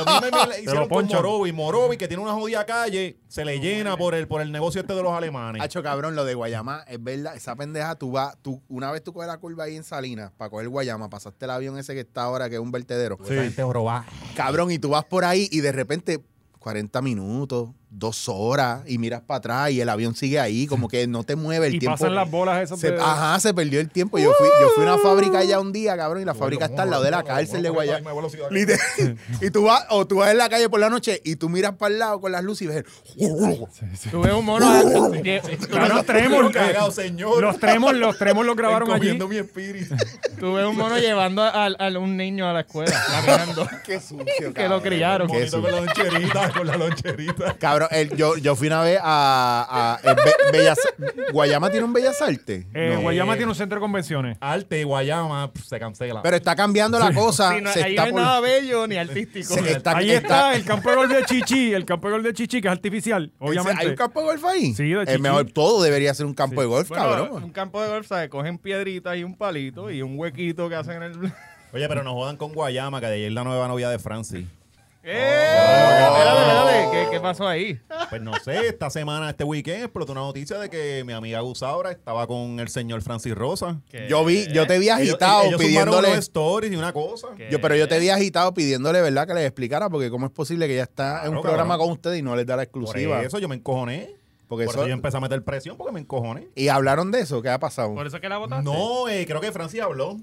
mismo hicieron con
ponchan.
Morovi. Morovi, que tiene una jodida calle, se le llena por el, por el negocio este de los alemanes.
Hacho, cabrón, lo de Guayama, es verdad, esa pendeja, tú vas, tú, una vez tú coges la curva ahí en Salinas para coger Guayama, pasaste el avión ese que está ahora, que es un vertedero.
Esa gente jorobada.
Cabrón, y tú vas por ahí y de repente 40 minutos, dos horas, y miras para atrás y el avión sigue ahí, como que no te mueve el
Y
tiempo.
pasan las bolas esas
Se-
de-
ajá, se perdió el tiempo. Yo fui, yo fui a una fábrica ya un día, cabrón, y la fábrica está al lado de la cárcel de Guayama. Liter- <laughs> y tú vas, o tú vas en la calle por la noche y tú miras para el lado con las luces y ves. el- <laughs>
Tú ves
<laughs>
un mono.
ah, Cabrón, Tremor,
Cagado,
que-
señor.
Los tremos, los tremos
<laughs>
los
Están
grabaron allí.
comiendo mi
<laughs>
espíritu.
tú ves un mono llevando a, a- a un niño a
<laughs>
la escuela, caminando.
Qué sucio,
que lo
cabrón.
criaron.
Qué
Bonito con la loncherita, con la loncherita.
Cabrón, el- yo, yo fui una vez a, a- el Be- Bellas Guayama tiene un Bellas Artes.
Eh,
No.
Guayama tiene un centro de convenciones.
Arte, Guayama, pff, se cancela.
Pero está cambiando la cosa.
Sí, no-
se
ahí
está
no hay
por-
nada bello ni artístico.
se está-
Ahí está el campo de gol de Chichi, el campo de gol de Chichi, que es artificial, obviamente.
¿Hay un campo de golf ahí?
Sí, de
el
chichi.
mejor, todo debería ser un campo de golf,
Bueno, Un
cabrón.
campo de golf, ¿sabes? Cogen piedritas y un palito y un huequito que hacen en el. <laughs>
Oye, pero no jodan con Guayama, que de ayer la nueva novia de Francis.
¡Eh! Espérate,
Oh.
espérate. ¿Qué, qué pasó ahí?
Pues no sé, esta semana, este weekend, explotó una noticia de que mi amiga Gusaura estaba con el señor Francis Rosa.
Yo vi, yo te vi
Ellos-
agitado
ellos sumaron
pidiéndole.
unos stories y una cosa.
¿Qué?
Yo, pero yo te vi agitado pidiéndole, ¿verdad? Que les explicara, porque cómo es posible que ella está en
Claro,
un programa
cabrón.
con usted y no les da la
Por
exclusiva.
eso yo me encojoné.
Porque
por
eso-
eso yo empecé a meter presión porque me encojoné.
Y hablaron de eso, ¿qué ha pasado?
Por eso es que la
Ah,
votaste.
No, eh, creo que Francis habló.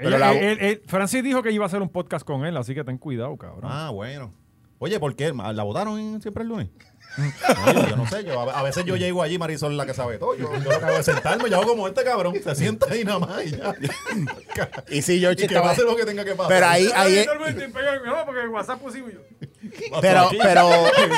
Ella-
pero la-
él- él- Francis dijo que iba a hacer un podcast con él, así que ten cuidado, cabrón.
Ah, bueno. Oye, ¿por qué? ¿La votaron en- siempre el lunes? No, yo, yo no sé, yo, a, a veces yo llego allí, Marisol es la que sabe todo. Yo, yo lo que hago es sentarme, yo hago como este cabrón, se sienta ahí nada más y ya.
Y sí, yo
Y que
estaba-
pase lo que tenga que pasar.
Pero ahí, ahí,
porque WhatsApp pusimos
Paso
pero-
aquí, <laughs>
pero-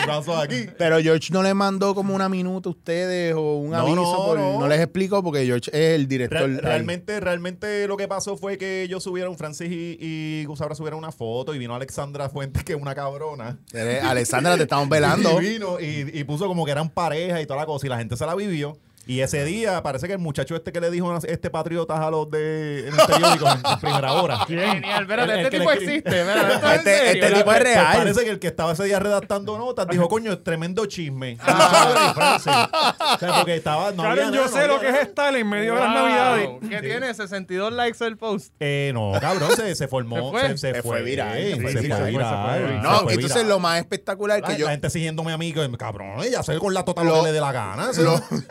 paso aquí.
Pero George no le mandó como una minuta a ustedes o un
No,
aviso.
no,
por-
no.
no. les explico porque George es el director.
Real-
ahí.
realmente, realmente lo que pasó fue que ellos subieron, Francis y, y Gusabra subieron una foto y vino Alexandra Fuentes, que es una cabrona.
Eres- Alexandra, te estamos velando.
Y vino y, y puso como que eran pareja y toda la cosa. Y la gente se la vivió. Y ese día parece que el muchacho este que le dijo a este patriota a los de en el periódico en, en primera
<laughs>
hora.
Genial, espérate,
El- el
este
que
tipo
le escribe-
existe, espérate, ¿esto es en
Este-
serio?
este tipo es
Pues
real.
parece que el que estaba ese día redactando notas dijo, coño, es
<laughs>
tremendo chisme. Gusabra y Francis. O sea, porque estaba. No
Cabrón,
había
Ah. yo
nada, no
sé lo
había
que es
nada.
estar en medio de las
Wow,
navidades.
<laughs> Que tiene 62 likes el post.
Eh, no, cabrón, se,
<laughs>
se formó.
Se fue.
Se,
Se fue viral,
eh,
se fue
se fue
viral,
viral,
se fue
se
viral.
No,
fue
entonces
viral.
lo más espectacular
La,
que yo.
la gente siguiéndome a mí, que, cabrón, ella hace con la tota lo,
Lo-
que le dé la gana. ¿sí?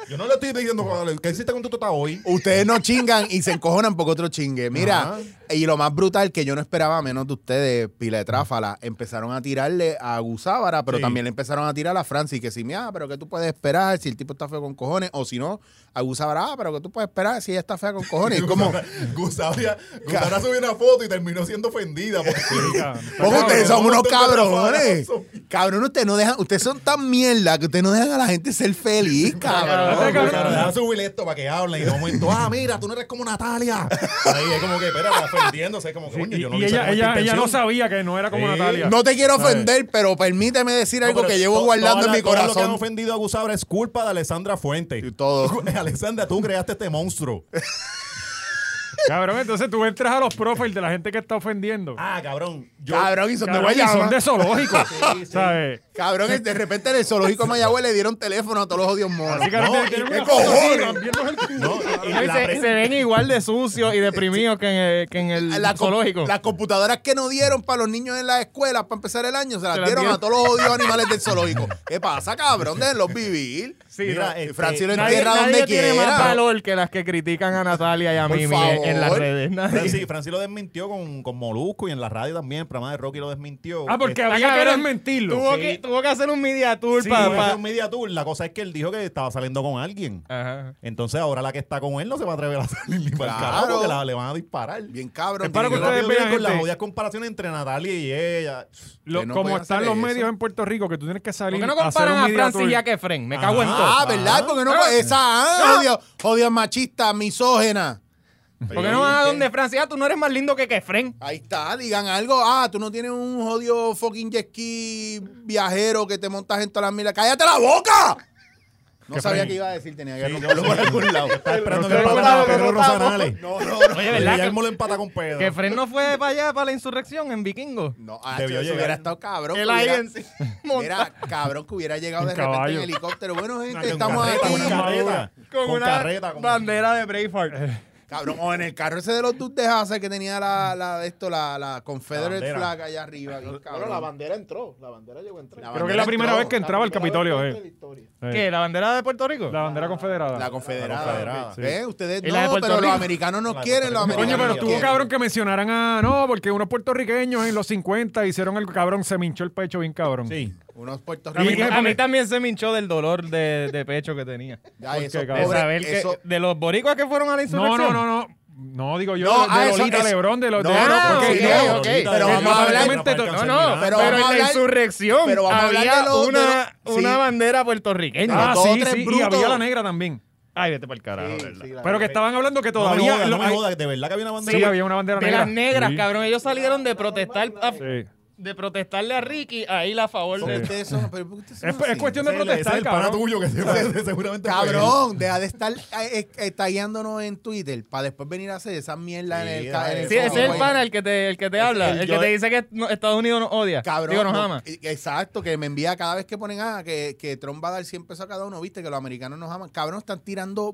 yo no le estoy diciendo, ¿qué hiciste con tu tota hoy?
Ustedes no chingan y se encojonan por otro chingue. Mira,
Ajá.
y lo más brutal que yo no esperaba, menos de ustedes, pila de tráfala, empezaron a tirarle a Gusábara, pero
Sí.
también le empezaron a tirar a Francis, que si, mira, pero que tú puedes esperar si el tipo está feo con cojones, o si no, a Gusábara, ah, pero que tú puedes esperar si ella está fea con <laughs> cojones. Y como,
Gusabria, Gusabra subió una foto y terminó siendo ofendida. Porque,
cabrón.
Ojo, ustedes son unos cabrones.
Son-
Cabrón, ustedes no dejan, ustedes son tan mierda que ustedes no dejan a la gente ser feliz,
<laughs> Cabrón,
cabrón.
cabrón.
Pero deja subir esto para que hablen. Y de momento, ah, mira, tú no eres como Natalia. Ahí es como que, espera, ofendiéndose. Como que,
Sí,
coño,
y
yo no
y
lo hice
ella,
con esta
ella, ella no
intención.
sabía que no era como
Sí.
Natalia.
No te quiero ofender, pero permíteme decir algo
No, pero
que llevo
to-
guardando en
todas
mi
las- todo Lo que han
corazón.
ofendido a Gusabra es culpa de Alessandra Fuente.
Y todo.
<laughs> Alessandra, tú creaste este monstruo.
Cabrón, entonces tú entras a los profiles de la gente que está ofendiendo.
Ah, cabrón. Yo,
Cabrón, y son
Cabrón,
de
y son
Guayama.
de
<laughs>
zoológicos. ¿Sabes?
Cabrón, y de repente en el zoológico de Mayagüez le dieron teléfono a todos los odios monos.
Así que ahora tiene-
No, y-
tiene
¿qué
una foto así,
cojones?
rompiéndose el culo.
No, y- y
Se,
la pre-
se ven igual de sucios y deprimidos que en el, que en el
La co-
zoológico.
Las computadoras que no dieron para los niños en las escuelas para empezar el año se las
Se las
dieron
dieron.
a todos los odios animales del zoológico. ¿Qué pasa, cabrón? Déjenlos vivir.
Sí,
Mira,
no.
este,
Francis lo
Nadie,
entierra
nadie
donde
tiene más
quiera.
valor que las que critican a Natalia y a
Por
Mimi en, en las
favor.
redes. Nadie.
Francis, Francis lo desmintió con, con Molusco y en la radio también. El programa de Rocky lo desmintió.
Ah, porque
Este,
había que
Cabrón,
desmentirlo.
Tuvo,
Sí.
que, tuvo que hacer un media tour
sí,
para...
fue un media tour. La cosa es que él dijo que estaba saliendo con alguien.
Ajá.
Entonces ahora la que está con él no se va a atrever a salir ni para el
Claro.
carajo porque la, le van a disparar.
Bien cabrón.
Es para
tienen
que
la-
ustedes
Rápido
vean,
viene con las
gente.
jodidas comparaciones entre Natalia y ella.
Lo-
que no
como
pueden
están
hacer
los
eso.
medios en Puerto Rico, que tú tienes que
¿Por
salir
qué no
a hacer un
comparan a
media
Francis
tour?
y a Kefren? Me cago en
Ajá.
todo.
Ah, ¿verdad? Porque no. Esa, ah, odio, odio machista, misógena.
¿Por qué no van a donde Francis? Ah, tú no eres más lindo que Kefren.
Ahí está, digan algo. Ah, tú no tienes un jodido fucking jet ski viajero que te montas en todas las milas. ¡Cállate la boca! No sabía que iba a decir, tenía que romperlo por algún lado.
Está esperando que
Pero
lo
no
empatara
estamos,
Pedro
no estamos.
Rosanales.
No, no, no.
Oye,
Y
¿verdad?
Guillermo lo empata con Pedro.
Que Fred no fue para allá, para la insurrección en Vikingo.
No, ah,
Debió
eso
llegar.
hubiera estado cabrón.
Él
que
ahí
<laughs>
<laughs>
hubiera-
en-
Mira, cabrón que hubiera llegado
En
de repente
caballo.
en helicóptero. Bueno, gente,
Con
estamos
carreta,
aquí.
Con carreta.
Con,
Con
una
carreta. con-
bandera de Braveheart.
Cabrón, o en el carro ese de los dudes de Hazard que tenía la, la de esto, la, la Confederate
bandera.
flag allá arriba. bien
Bueno,
cabrón.
la bandera entró. La bandera llegó a entrar.
La
Creo que es la primera vez que entraba al
primera
Capitolio.
vez
eh.
que entra en la historia.
Eh,
¿Qué? ¿La bandera de Puerto Rico?
La bandera confederada.
La confederada.
Ah. La confederada,
ok.
sí.
¿Ven? Ustedes
¿Y la de
no,
Puerto
pero los
Rico?
americanos no
La de
quieren.
Puerto
Los
Rico.
americanos
Coño, pero
no
estuvo
quieren.
cabrón que mencionaran a. No, porque unos puertorriqueños en los 50 hicieron el cabrón, se minchó el pecho bien cabrón.
Sí.
Unos
A mí,
puertorriqueños.
a mí también se minchó del dolor de, de pecho que tenía.
Ya,
¿Por
eso,
qué,
De
cabrón?
pobre,
saber que
eso-
de los boricuas que fueron a la
No,
insurrección.
no, no, no. No, digo yo,
No,
de,
ah,
de
eso-
Lolita
eso-
Lebrón, de los
No,
de-
Ah,
no,
porque-
sí,
no,
no, ok, pero
que
vamos a hablar-
aparentemente to-
No, no, pero,
Pero vamos a
en la
hablar-
insurrección
pero vamos a hablar
había
de los- de
una,
los-
una
sí.
bandera puertorriqueña.
Ah,
Dos,
sí,
tres
sí, y
brutos.
había la negra también.
Ay, vete para el carajo,
Sí,
¿verdad?
sí, la
Pero que
verdad.
estaban hablando que
No me
todavía...
jodas, no
lo-
me
hay-
jodas, De verdad que había una bandera.
Sí, había una bandera
De
negra.
las negras,
Sí.
cabrón. Ellos salieron de protestar a-
Sí.
de protestarle a Ricky ahí la favor
Porque
de
ustedes son- pero porque ustedes son
Es, es
así.
cuestión de
Ese es el- ese es
protestar,
el pana
cabrón.
tuyo que se- <laughs> seguramente fue él.
Cabrón, deja de estar eh, eh, tallándonos en Twitter para después venir a hacer esa mierda en
Sí,
el, ca- en el
Sí, ese es el
phone,
pana el que te, el que te habla, el,
el
que
yo-
te dice que no- Estados Unidos nos odia.
Cabrón.
Digo, nos
no-
ama.
eh, Exacto, que me envía cada vez que ponen ah, que, que Trump va a dar 100 pesos a cada uno, viste, que los americanos nos aman. Cabrón, están tirando.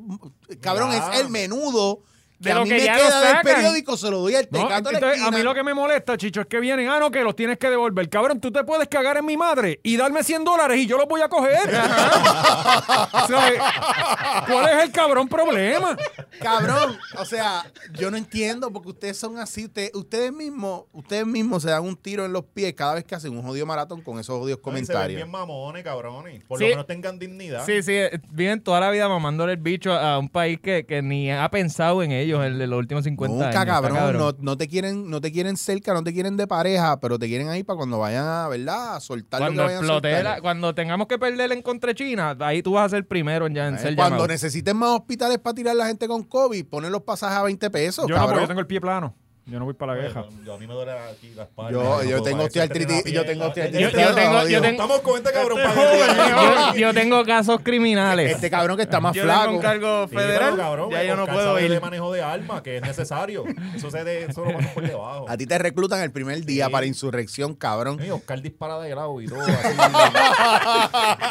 Cabrón,
Ya.
es el menudo. Que
De
a
lo
mí
que
me
ya lo
queda del
sacan.
periódico, se lo doy al
No,
tecato. de la
entonces, a
esquina.
mí lo que me molesta, Chicho, es que vienen, ah, no, que los tienes que devolver. Cabrón, tú te puedes cagar en mi madre y darme 100 dólares y yo los voy a coger. ¿Sabes? ¿Cuál es el cabrón problema?
Cabrón, o sea, yo no entiendo porque ustedes son así. Ustedes, ustedes mismos ustedes mismos se dan un tiro en los pies cada vez que hacen un jodido maratón con esos odios
Se ven
comentarios.
bien mamones, cabrones. Por
Sí.
lo menos tengan dignidad.
Sí, sí, eh, viven toda la vida mamándole el bicho a, a un país que, que ni ha pensado en ellos en los últimos 50
Nunca,
años. está
cabrón. No, no te quieren, no te quieren cerca, no te quieren de pareja, pero te quieren ahí para cuando vayan a, ¿verdad? A soltar lo
Cuando
que vayan a
explote,
soltar. Eh,
la- cuando tengamos que perder en contra de China, ahí tú vas a ser primero en, ya- en
Eh,
ser
Cuando <laughs>
llamado.
necesiten más hospitales para tirar la gente con COVID, ponen los pasajes a 20 pesos,
Yo no, porque
Oh, cabrón.
yo tengo el pie plano. Yo no voy para la guerra.
Yo, a mí me duele aquí la espalda.
Yo- yo
puedo
tengo
parar,
osteoartritis-
siempre
yo tengo
la pierna.
osteoartritis.
Yo- yo tengo- yo tengo-
Estamos con este cabrón.
Yo, yo tengo casos criminales.
Este cabrón que está más
yo tengo
flaco.
un cargo federal, ya yo no puedo
de
ir.
manejo de armas, que es necesario. Eso se de, eso lo pasa por debajo.
A ti te reclutan el primer día
Sí.
para insurrección, cabrón.
Ey, Oscar dispara de lado y todo.
<laughs>
así.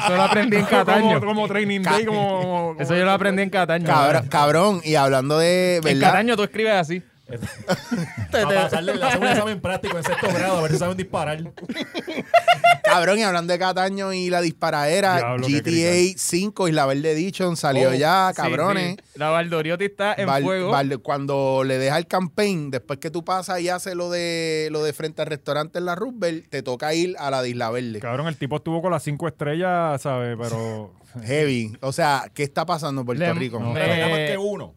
Eso lo
<laughs>
<laughs>
aprendí en
Como,
Cataño.
como training day, como... como-
Eso yo lo aprendí en Cataño.
Cabrón, cabrón, y hablando de
En
verdad.
Cataño tú escribes así.
A Este, pasarle, le hacen un examen práctico en sexto grado, a ver si saben disparar.
Cabrón, y hablando de Cataño y la disparadera,
Diablo, qué
GTA 5 y la Verde Edition salió
Oh,
ya,
Sí,
cabrones.
sí. La Valdoriotti está en
Val-
fuego.
Val- cuando le deja el campaign, después que tú pasas y haces lo de lo de frente al restaurante en la Roosevelt, te toca ir a la de Isla Verde.
Cabrón, el tipo estuvo con las cinco estrellas, ¿sabes? Pero...
<laughs> Heavy. O sea, ¿qué está pasando en Puerto
Le-
Rico?
no.
Pero
Eh,
nada más que uno.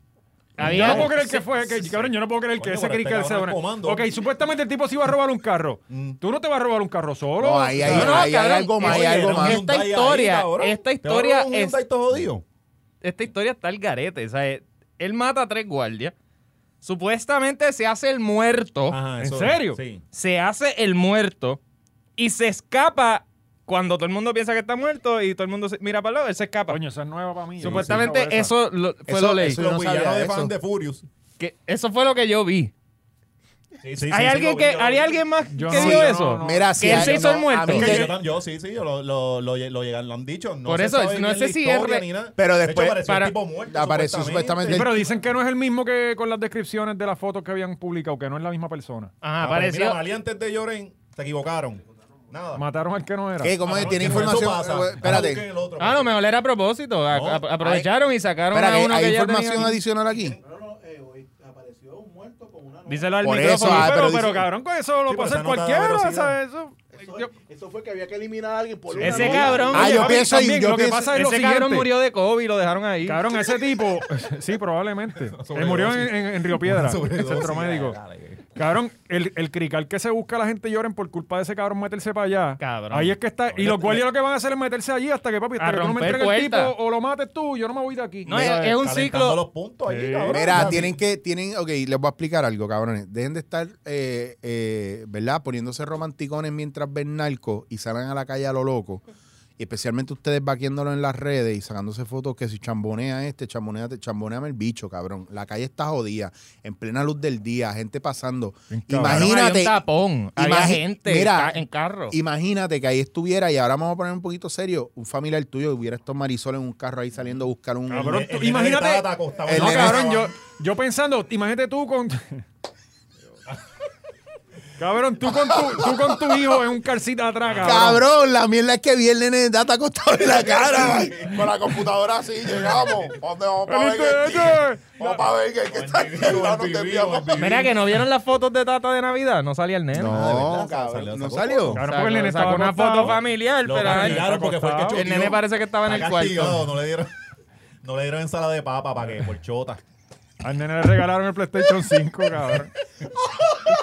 Yo
Había-
no puedo creer que fue, que, cabrón, yo no puedo creer que
Coño,
ese
pero este
cricket se
cabrón es comando. Mm.
Ok, supuestamente el tipo se iba a robar un carro. Tú no te vas a robar un carro solo.
No, ahí, ahí,
No, no,
ahí hay
cabrón,
algo más, hay
oye,
algo
no,
más.
esta historia- esta historia es-
es. jodido.
esta historia está al garete. o sea, él mata a tres guardias. Supuestamente se hace el muerto.
Ajá,
¿En
eso-
serio?
Sí.
Se hace el muerto. Y se escapa cuando todo el mundo piensa que está muerto y todo el mundo se- mira para el lado. Él se escapa.
Coño, esa es nueva para mí.
Supuestamente
Sí, sí, esa.
eso lo- fue
Eso-
lo ley.
eso-
Los
no sabía
villanos de
eso.
Fan de Furious.
Que eso fue lo que yo vi.
Sí, sí,
¿Hay,
sí,
alguien
sí,
que,
lo vi,
¿Hay
lo vi.
alguien más
Yo
que
no,
vio
yo no,
eso?
no.
Mira, si
Que él
hay-
se hizo
no,
el muerto.
a mí
Que
que-
yo, tam- yo sí, sí, yo lo, lo, lo, lo llegan- lo han dicho. No
Por
se
eso,
sabe
no
bien
sé
la
si
historia
es re-
ni nada.
Pero
De hecho,
después-
apareció
para-
el tipo muerto.
apareció supuestamente
Sí, pero dicen que no es el mismo que con las descripciones de las fotos que habían publicado, que no es la misma persona.
Ah,
Ajá,
pero
apareció.
Mira, Valientes de Lloren se equivocaron. Nada.
Mataron al que no era.
¿Qué? ¿Cómo es?
Cabrón,
¿Tiene
que eso
información?
pasa.
Eh,
Ahora busquen
Espérate.
el otro.
ah, no, mejor era a propósito. A-
No,
a- aprovecharon y sacaron
Espera,
a
que
uno
hay
que ya
información
tenía-
adicional aquí.
No, no, eh, hoy apareció un muerto con una nota.
Díselo al
Por eso,
micrófono.
ah,
pero,
pero
pero,
dice-
cabrón, con eso lo puede
Sí, pero
hacer
esa nota de
cualquiera,
velocidad.
¿sabes? Eso.
Eso,
Yo-
eso fue que había que eliminar a alguien por una
Ese
nota.
cabrón.
Ah, yo
papi,
pienso-
también,
yo
lo que
pienso-
pasa es lo
Ese
siguiente.
cabrón murió de COVID y lo dejaron ahí.
Cabrón, ese
<laughs>
tipo, sí, probablemente. Él murió en, en- en Río Piedra, en el centro médico. Cabrón, el, el crical que se busca la gente lloren por culpa de ese cabrón meterse para allá.
Cabrón.
Ahí es que está. Y los guardias lo que van a hacer es meterse allí hasta que, papi,
A
hasta que tú no me
romper
entregues el tipo
puertas.
o lo mates tú, yo no me voy de aquí.
No, eh, es- es un ciclo.
los puntos allí, cabrón. O
Mira,
sea,
tienen que, tienen, ok, les voy a explicar algo, cabrones. Dejen de estar, eh, eh, ¿verdad? Poniéndose romanticones mientras ven narco y salgan a la calle a lo loco. y especialmente ustedes vaquiéndolo en las redes y sacándose fotos que si chambonea este, chambonea, chamboneame el bicho, cabrón. La calle está jodida, en plena luz del día, gente pasando.
Había
Imagínate,
un tapón, había
imagi-
gente
mira,
ca- en carro.
Imagínate que ahí estuviera, y ahora vamos a poner un poquito serio, un familiar tuyo hubiera estos marisoles en un carro ahí saliendo a buscar un...
Cabrón,
El- el
tú-
nene
imagínate.
estaba acostado,
El
no,
nene
cabrón, yo,
<laughs> estaba-
yo pensando, imagínate tú con. <laughs> cabrón, tú con, tu, tú con tu hijo en un carcita atrás, cabrón.
Cabrón, la mierda es que vi el nene de Data acostado en la cara. man.
Con la computadora así llegamos. ¿Dónde vamos para ver?
Este,
que-
este.
Vamos para ver que, que está aquí.
Vivo,
No nos
vivo,
desviamos.
vivo.
Mira que no vieron las fotos de Tata de Navidad, no salía el nene.
No,
verdad,
cabrón,
salió,
no
sacó
salió.
Cabrón,
Sacó-
porque el nene
sacó
estaba
una
acostado.
foto familiar,
Lo
pero ay,
castigaron porque fue el que
acostado.
choteó.
el nene parece que estaba en el
Está
cuarto.
castigado, No le dieron, <laughs> no le dieron ensalada de papa para que por chota.
Al nene le regalaron el PlayStation <laughs> 5, cabrón.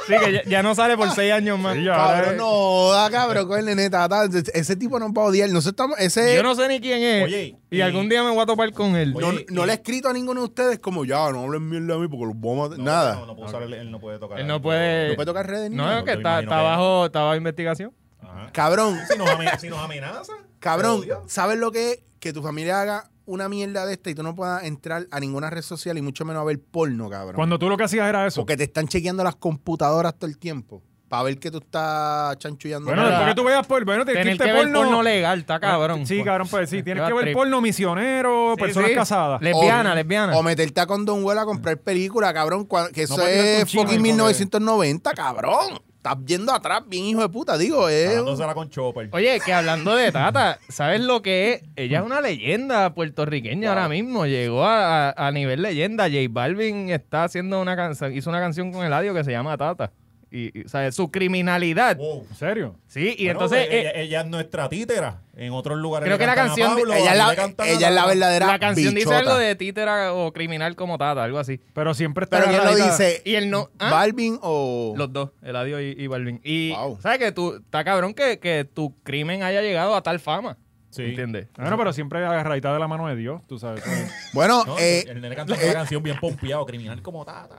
Sí, que ya, ya no sale por seis años más.
Y ahora
Cabrón,
es-
no, da cabrón con el nene de Data. Ese tipo no va a odiar. Nosotros estamos... Ese,
Yo no sé ni quién es.
Oye,
y,
y-
algún día me voy a topar con él.
no,
Oye,
no
y-
le he escrito a ninguno de ustedes como ya, no hablen mierda a mí porque los voy a matar.
No,
Nada.
No,
No,
no puede usar el- él no puede tocar.
él no puede.
puede tocar redes ni
No, eh.
nada.
es que
yo
está,
imagino
está
que-
bajo, está bajo investigación.
Ajá.
Cabrón,
Si nos, ame- si nos amenaza.
cabrón,
te odio.
¿sabes lo que es? Que tu familia haga una mierda de esta y tú no puedas entrar a ninguna red social y mucho menos a ver porno, cabrón.
Cuando tú lo que hacías era eso.
Porque te están chequeando las computadoras todo el tiempo para ver que tú estás chanchullando.
Bueno,
Mira,
después que tú veas por, bueno, tienes que
Tener
irte
que ver
porno. Ah,
porno legal, está cabrón.
Sí, cabrón, pues sí, tienes
Qué
que ver
trip.
porno misionero,
Sí,
personas
sí.
casadas.
o-
Lesbiana, lesbiana.
O meterte a Condonwell a comprar película, cabrón. cua- Que eso
para tirar con
es
chino,
fucking
hijo de-
1990, cabrón. Estás yendo atrás, bien hijo de puta, digo. Eh.
Dándosela con Chopper.
Oye, que hablando de Tata, ¿sabes lo que es? Ella es una leyenda puertorriqueña ahora mismo. Llegó a, a- a nivel leyenda. J Balvin está haciendo una canción, hizo una canción con Eladio que se llama Tata. Y, y, o sea, su criminalidad.
Wow.
¿En serio?
Sí, y
Bueno,
entonces
ella,
eh,
ella es nuestra títera en otros lugares.
Creo
le
que la
cantan a
canción de-
Pablo,
ella,
a
es
mí
la,
le cantan a
ella es la verdadera.
la canción dice
bichota.
algo de títera o criminal como Tata, algo así.
Pero siempre está
Pero ¿quién lo
agarradita.
dice?
Y el no. ¿ah?
¿Balvin o.?
Los dos, Eladio y, y Balvin. Y
Wow.
sabes que tú, está cabrón que, que tu crimen haya llegado a tal fama.
Sí.
¿Entiendes?
Bueno, pero siempre agarradita de la mano de Dios, tú <laughs> sabes. Eso
Bueno,
No,
eh,
el nene cantó una canción bien pompeado, criminal como tata.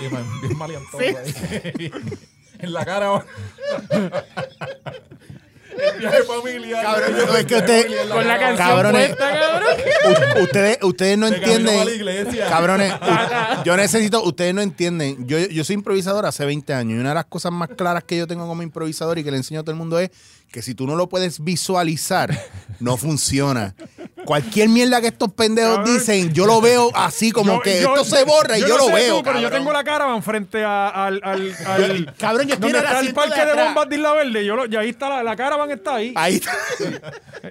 Bien, bien maleantoso ahí. <laughs> en la cara. ahora. el viaje familiar.
Cabrón,
El
no, es que
viaje
usted-
familiar,
Con la
cara.
canción
Cabrones.
puesta, cabrón.
u- ustedes, ustedes no
De camino
entienden.
a la iglesia.
Cabrones, u- yo necesito, ustedes no entienden. Yo, yo soy improvisador hace 20 años y una de las cosas más claras que yo tengo como improvisador y que le enseño a todo el mundo es que si tú no lo puedes visualizar, no funciona. Cualquier mierda que estos pendejos
Cabrón.
dicen, yo lo veo así como que esto se borra y yo,
no
lo
sé
veo.
tú, pero yo
cabrón.
tengo la cara frente a- al, al, al-
Cabrón, yo
donde
estoy en el
está el
asiento de
parque de,
atrás.
bombas de Isla Verde. Yo lo- y ahí está la, la caravan está ahí.
Ahí está.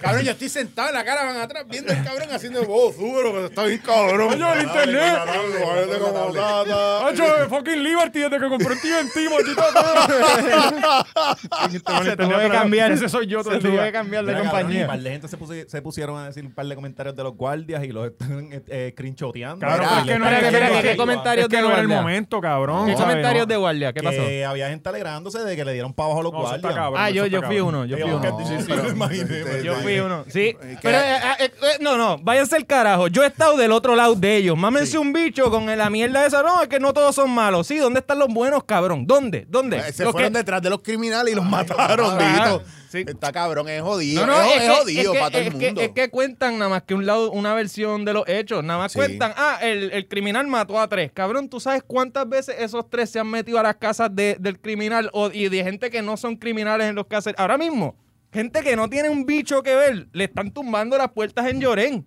<laughs> cabrón, yo estoy sentado en la cara, van atrás, viendo el cabrón haciendo, oh, súbelo, pero está bien cabrón.
Coño, el internet.
Guárdate como tata.
Hacho, eh, fucking Liberty desde que compré el TNT, maldito todo.
Se tuvo que cambiar.
Ese soy yo todo
<laughs> Se
el
tuvo
día.
que cambiar de
Mira, cabrón, y un
compañía.
par de gente se, pusi- se pusieron a decir un par de comentarios de los guardias y los están eh, eh, screenshoteando.
Cabrón, pero pues,
Mira,
es que no
espérate,
era-
espérate,
es que
¿qué comentarios
es que
de
no era el
guardia?
momento, cabrón.
¿Qué
¿sabes?
comentarios
No.
de guardia? ¿Qué pasó?
Que había gente alegrándose de que le dieron para abajo a los
No, eso está
guardias.
cabrón,
Ah,
eso
yo,
está
yo fui
cabrón.
uno, yo fui
Yo-
uno.
sí, sí, sí, <laughs> me imaginé, me
Yo fui uno. Sí,
que-
pero eh, eh, eh, no, no, váyanse al carajo. Yo he estado del otro lado de ellos. Mámense un bicho con la mierda esa. No, es que no todos son malos. Sí, ¿dónde están los buenos, cabrón? ¿Dónde? ¿Dónde?
Pues,
Eh, Se
Los
fueron
que-
detrás de los criminales y los mataron,
Ajá.
Dito.
Sí.
Está cabrón, es jodido.
No, no,
es, es
que-
jodido
que-
para todo el
es que-
mundo.
es que cuentan nada más que un lado, una versión de los hechos. Nada más
Sí.
cuentan, ah, el, el criminal mató a tres. Cabrón, ¿tú sabes cuántas veces esos tres se han metido a las casas de- del criminal o, y de gente que no son criminales en los casos? Ahora mismo, gente que no tiene un bicho que ver, le están tumbando las puertas en Llorén.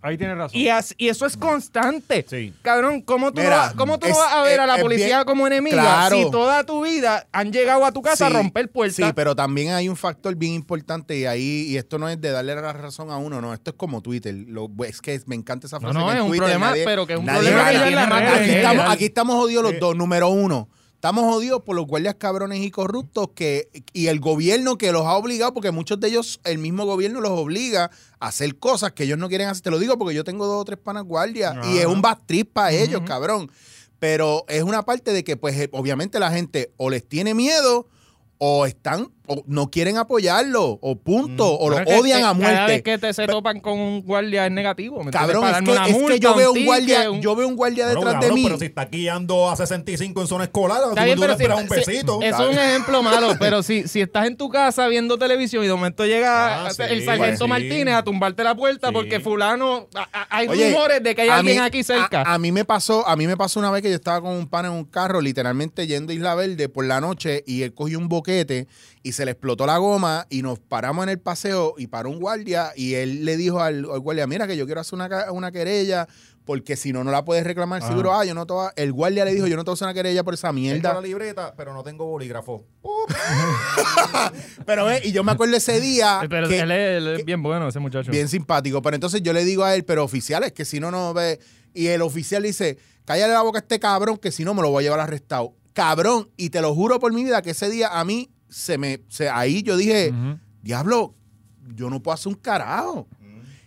Ahí tienes razón.
Y, as- y eso es constante.
Sí.
Cabrón, ¿cómo tú,
Mira,
no, vas- cómo tú no
es-
vas a ver a la
es- es
policía
bien-
como enemiga
Claro.
si toda tu vida han llegado a tu casa a
Sí,
romper puertas?
Sí, pero también hay un factor bien importante y ahí, y esto no es de darle la razón a uno, no, esto es como Twitter. Lo- es que me encanta esa frase.
no,
que en
es un
Twitter
problema,
nadie-
pero que es un
nadie
problema que
gana.
ya es la eh.
marca
aquí,
general.
estamos, aquí estamos jodidos los dos. Número uno, estamos jodidos por los guardias cabrones y corruptos que y el gobierno que los ha obligado, porque muchos de ellos, el mismo gobierno los obliga a hacer cosas que ellos no quieren hacer. Te lo digo porque yo tengo dos o tres panas guardias y es un bastriz para ellos, cabrón. Pero es una parte de que, pues, eh, obviamente la gente o les tiene miedo o están o no quieren apoyarlo, o punto, o lo
Pero Mm. es que-
odian
que
a
Cada vez
muerte.
que te se topan con un guardia es negativo. ¿me
Cabrón, es
entiendes?
que,
Para darme
es
una
que yo
multa,
veo un
ticket,
guardia,
un-
yo veo un guardia
Bueno,
detrás de
cabrón,
mí.
Pero si está guiando a 65 en zona escolar,
Está
tú-
bien,
tú
pero
le
si-
esperas un
si-
besito.
Eso es un ejemplo malo, pero si, si estás en tu casa viendo televisión y de momento llega
Ah, sí,
el
pues,
sargento
sí.
Martínez a tumbarte la puerta
Sí.
porque fulano, a- a- hay
Oye,
rumores de que hay
a
alguien
mí-
aquí cerca.
A, a mí me pasó, a mí me pasó una vez que yo estaba con un pan en un carro, literalmente yendo a Isla Verde por la noche y él cogió un boquete y se le explotó la goma y nos paramos en el paseo y paró un guardia y él le dijo al, al guardia, mira que yo quiero hacer una, ca- una querella porque si no, no la puedes reclamar. Seguro, ah, yo no te voy a- El guardia le dijo, yo no te voy a hacer una querella por esa
Tengo la
mierda.
libreta, pero no
<laughs>
tengo bolígrafo.
Pero, eh, y yo me acuerdo ese día
Eh, pero
que-
él, es, él es bien bueno, ese muchacho.
Bien simpático. Pero entonces yo le digo a él, pero oficial, es que si no, no ve. Y el oficial dice, cállale la boca a este cabrón, que si no me lo voy a llevar arrestado. Cabrón. Y te lo juro por mi vida que ese día a mí se me. se- ahí yo dije, diablo, yo no puedo hacer un carajo.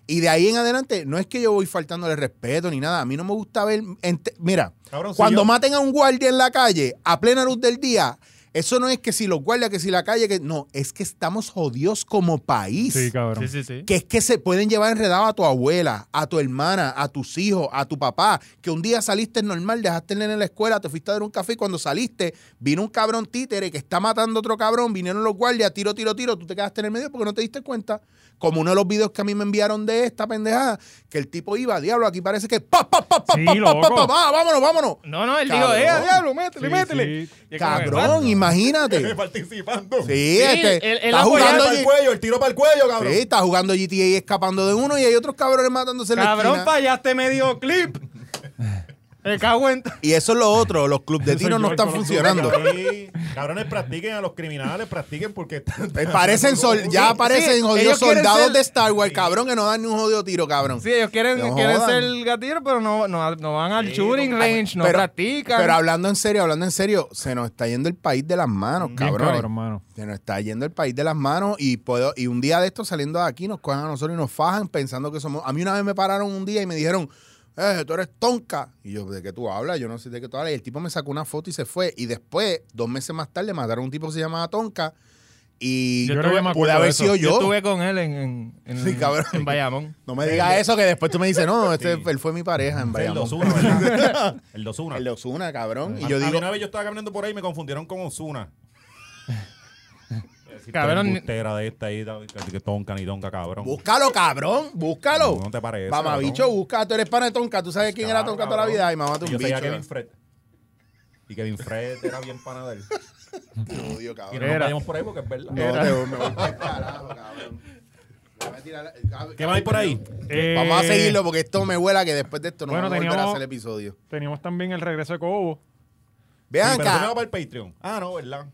Y de ahí en adelante, no es que yo voy faltándole respeto ni nada. A mí no me gusta ver. ente- Mira,
Cabrón, si
cuando
yo-
maten a un guardia en la calle a plena luz del día, eso no es que si los guardias, que si la calle, que. No, es que estamos jodidos como país
Sí, cabrón.
sí, sí.
que es que se pueden llevar enredado a tu abuela, a tu hermana, a tus hijos, a tu papá, que un día saliste normal, dejaste el nene en la escuela, te fuiste a dar un café y cuando saliste vino un cabrón títere que está matando a otro cabrón, vinieron los guardias, tiro, tiro, tiro, tú te quedaste en el medio porque no te diste cuenta. Como uno de los videos que a mí me enviaron de esta pendejada, que el tipo iba, diablo, aquí parece que pa, pa, pa, pa,
Sí,
pa, pa, pa,
loco.
pa, pa, vámonos, vámonos.
No, no, él
Cabrón.
dijo, eh, diablo, métele,
Sí,
métele.
sí.
Y es como que,
Cabrón,
<laughs>
imagínate.
Participando.
Sí, este,
él- él
está
apoyaba
jugando
Para el
G-
cuello, el tiro para el cuello, cabrón.
Sí, está jugando GTA y escapando de uno y hay otros cabrones matándose en la
Cabrón,
esquina.
fallaste
<laughs>
medio clip. Me cago en...
Y eso es lo otro, los clubes de
Eso
tiro
yo
no
y
están
con los
funcionando.
Sí, cabrones, practiquen a los criminales, practiquen porque están-
Eh, <laughs> Parecen
<laughs>
sol, ya aparecen
sí,
jodidos
ellos quieren
soldados
ser-
de Star Wars, cabrón, que no dan ni un jodido tiro, cabrón.
Sí, ellos quieren,
No
quieren
jodan.
ser gatillo, pero no, no, no van al
Sí,
shooting
no-
range, no practican.
pero hablando en serio, hablando en serio, se nos está yendo el país de las manos,
Bien
cabrones.
cabrón, mano.
Se nos está yendo el país de las manos y puedo y un día de estos saliendo de aquí nos cojan a nosotros y nos fajan pensando que somos. A mí una vez me pararon un día y me dijeron, eh, tú eres tonca. Y yo, ¿de qué tú hablas? Yo no sé de qué tú hablas. Y el tipo me sacó una foto y se fue. Y después, dos meses más tarde, mataron a un tipo que se llamaba Tonka. Y
Yo creo que me acuerdo
pude
de
haber
eso.
sido
yo,
yo.
estuve con él en, en, en,
Sí, cabrón.
en Bayamón.
No me digas eso que después tú me dices, no, este,
Sí.
él fue mi pareja en
El
Bayamón.
2-1,
<laughs>
¿verdad? El 2-1.
El de Osuna, cabrón. Y
A-
yo
a mí
digo,
una vez yo estaba caminando por ahí y me confundieron con Osuna.
Cabrón, ni-
Era de esta ahí, que tonca ni tonca, cabrón.
búscalo, cabrón, búscalo.
No, no te parece,
Mamá,
cabrón.
bicho, busca, tú eres pana de Tonka, tú sabes quién era
Claro,
Tonka toda la
cabrón.
vida. Y mamá, tú
Y
un
yo
bicho.
seguía a Kevin Fred. Y Kevin Fred era bien pana de él.
Te odio, cabrón. <laughs>
Y no nos vayamos por ahí porque es verdad.
No, te- me voy pa'l carajo, cabrón. Me voy a tirar la- cab-
¿Qué va a ir por ahí?
Eh,
Vamos a seguirlo porque esto me huela que después de esto no
bueno,
vamos a volver a
teníamos-
hacer el episodio.
Teníamos también el regreso de Cobo.
Vean
Sí, pero eso no va
acá.
para el Patreon. Ah, no, ¿verdad?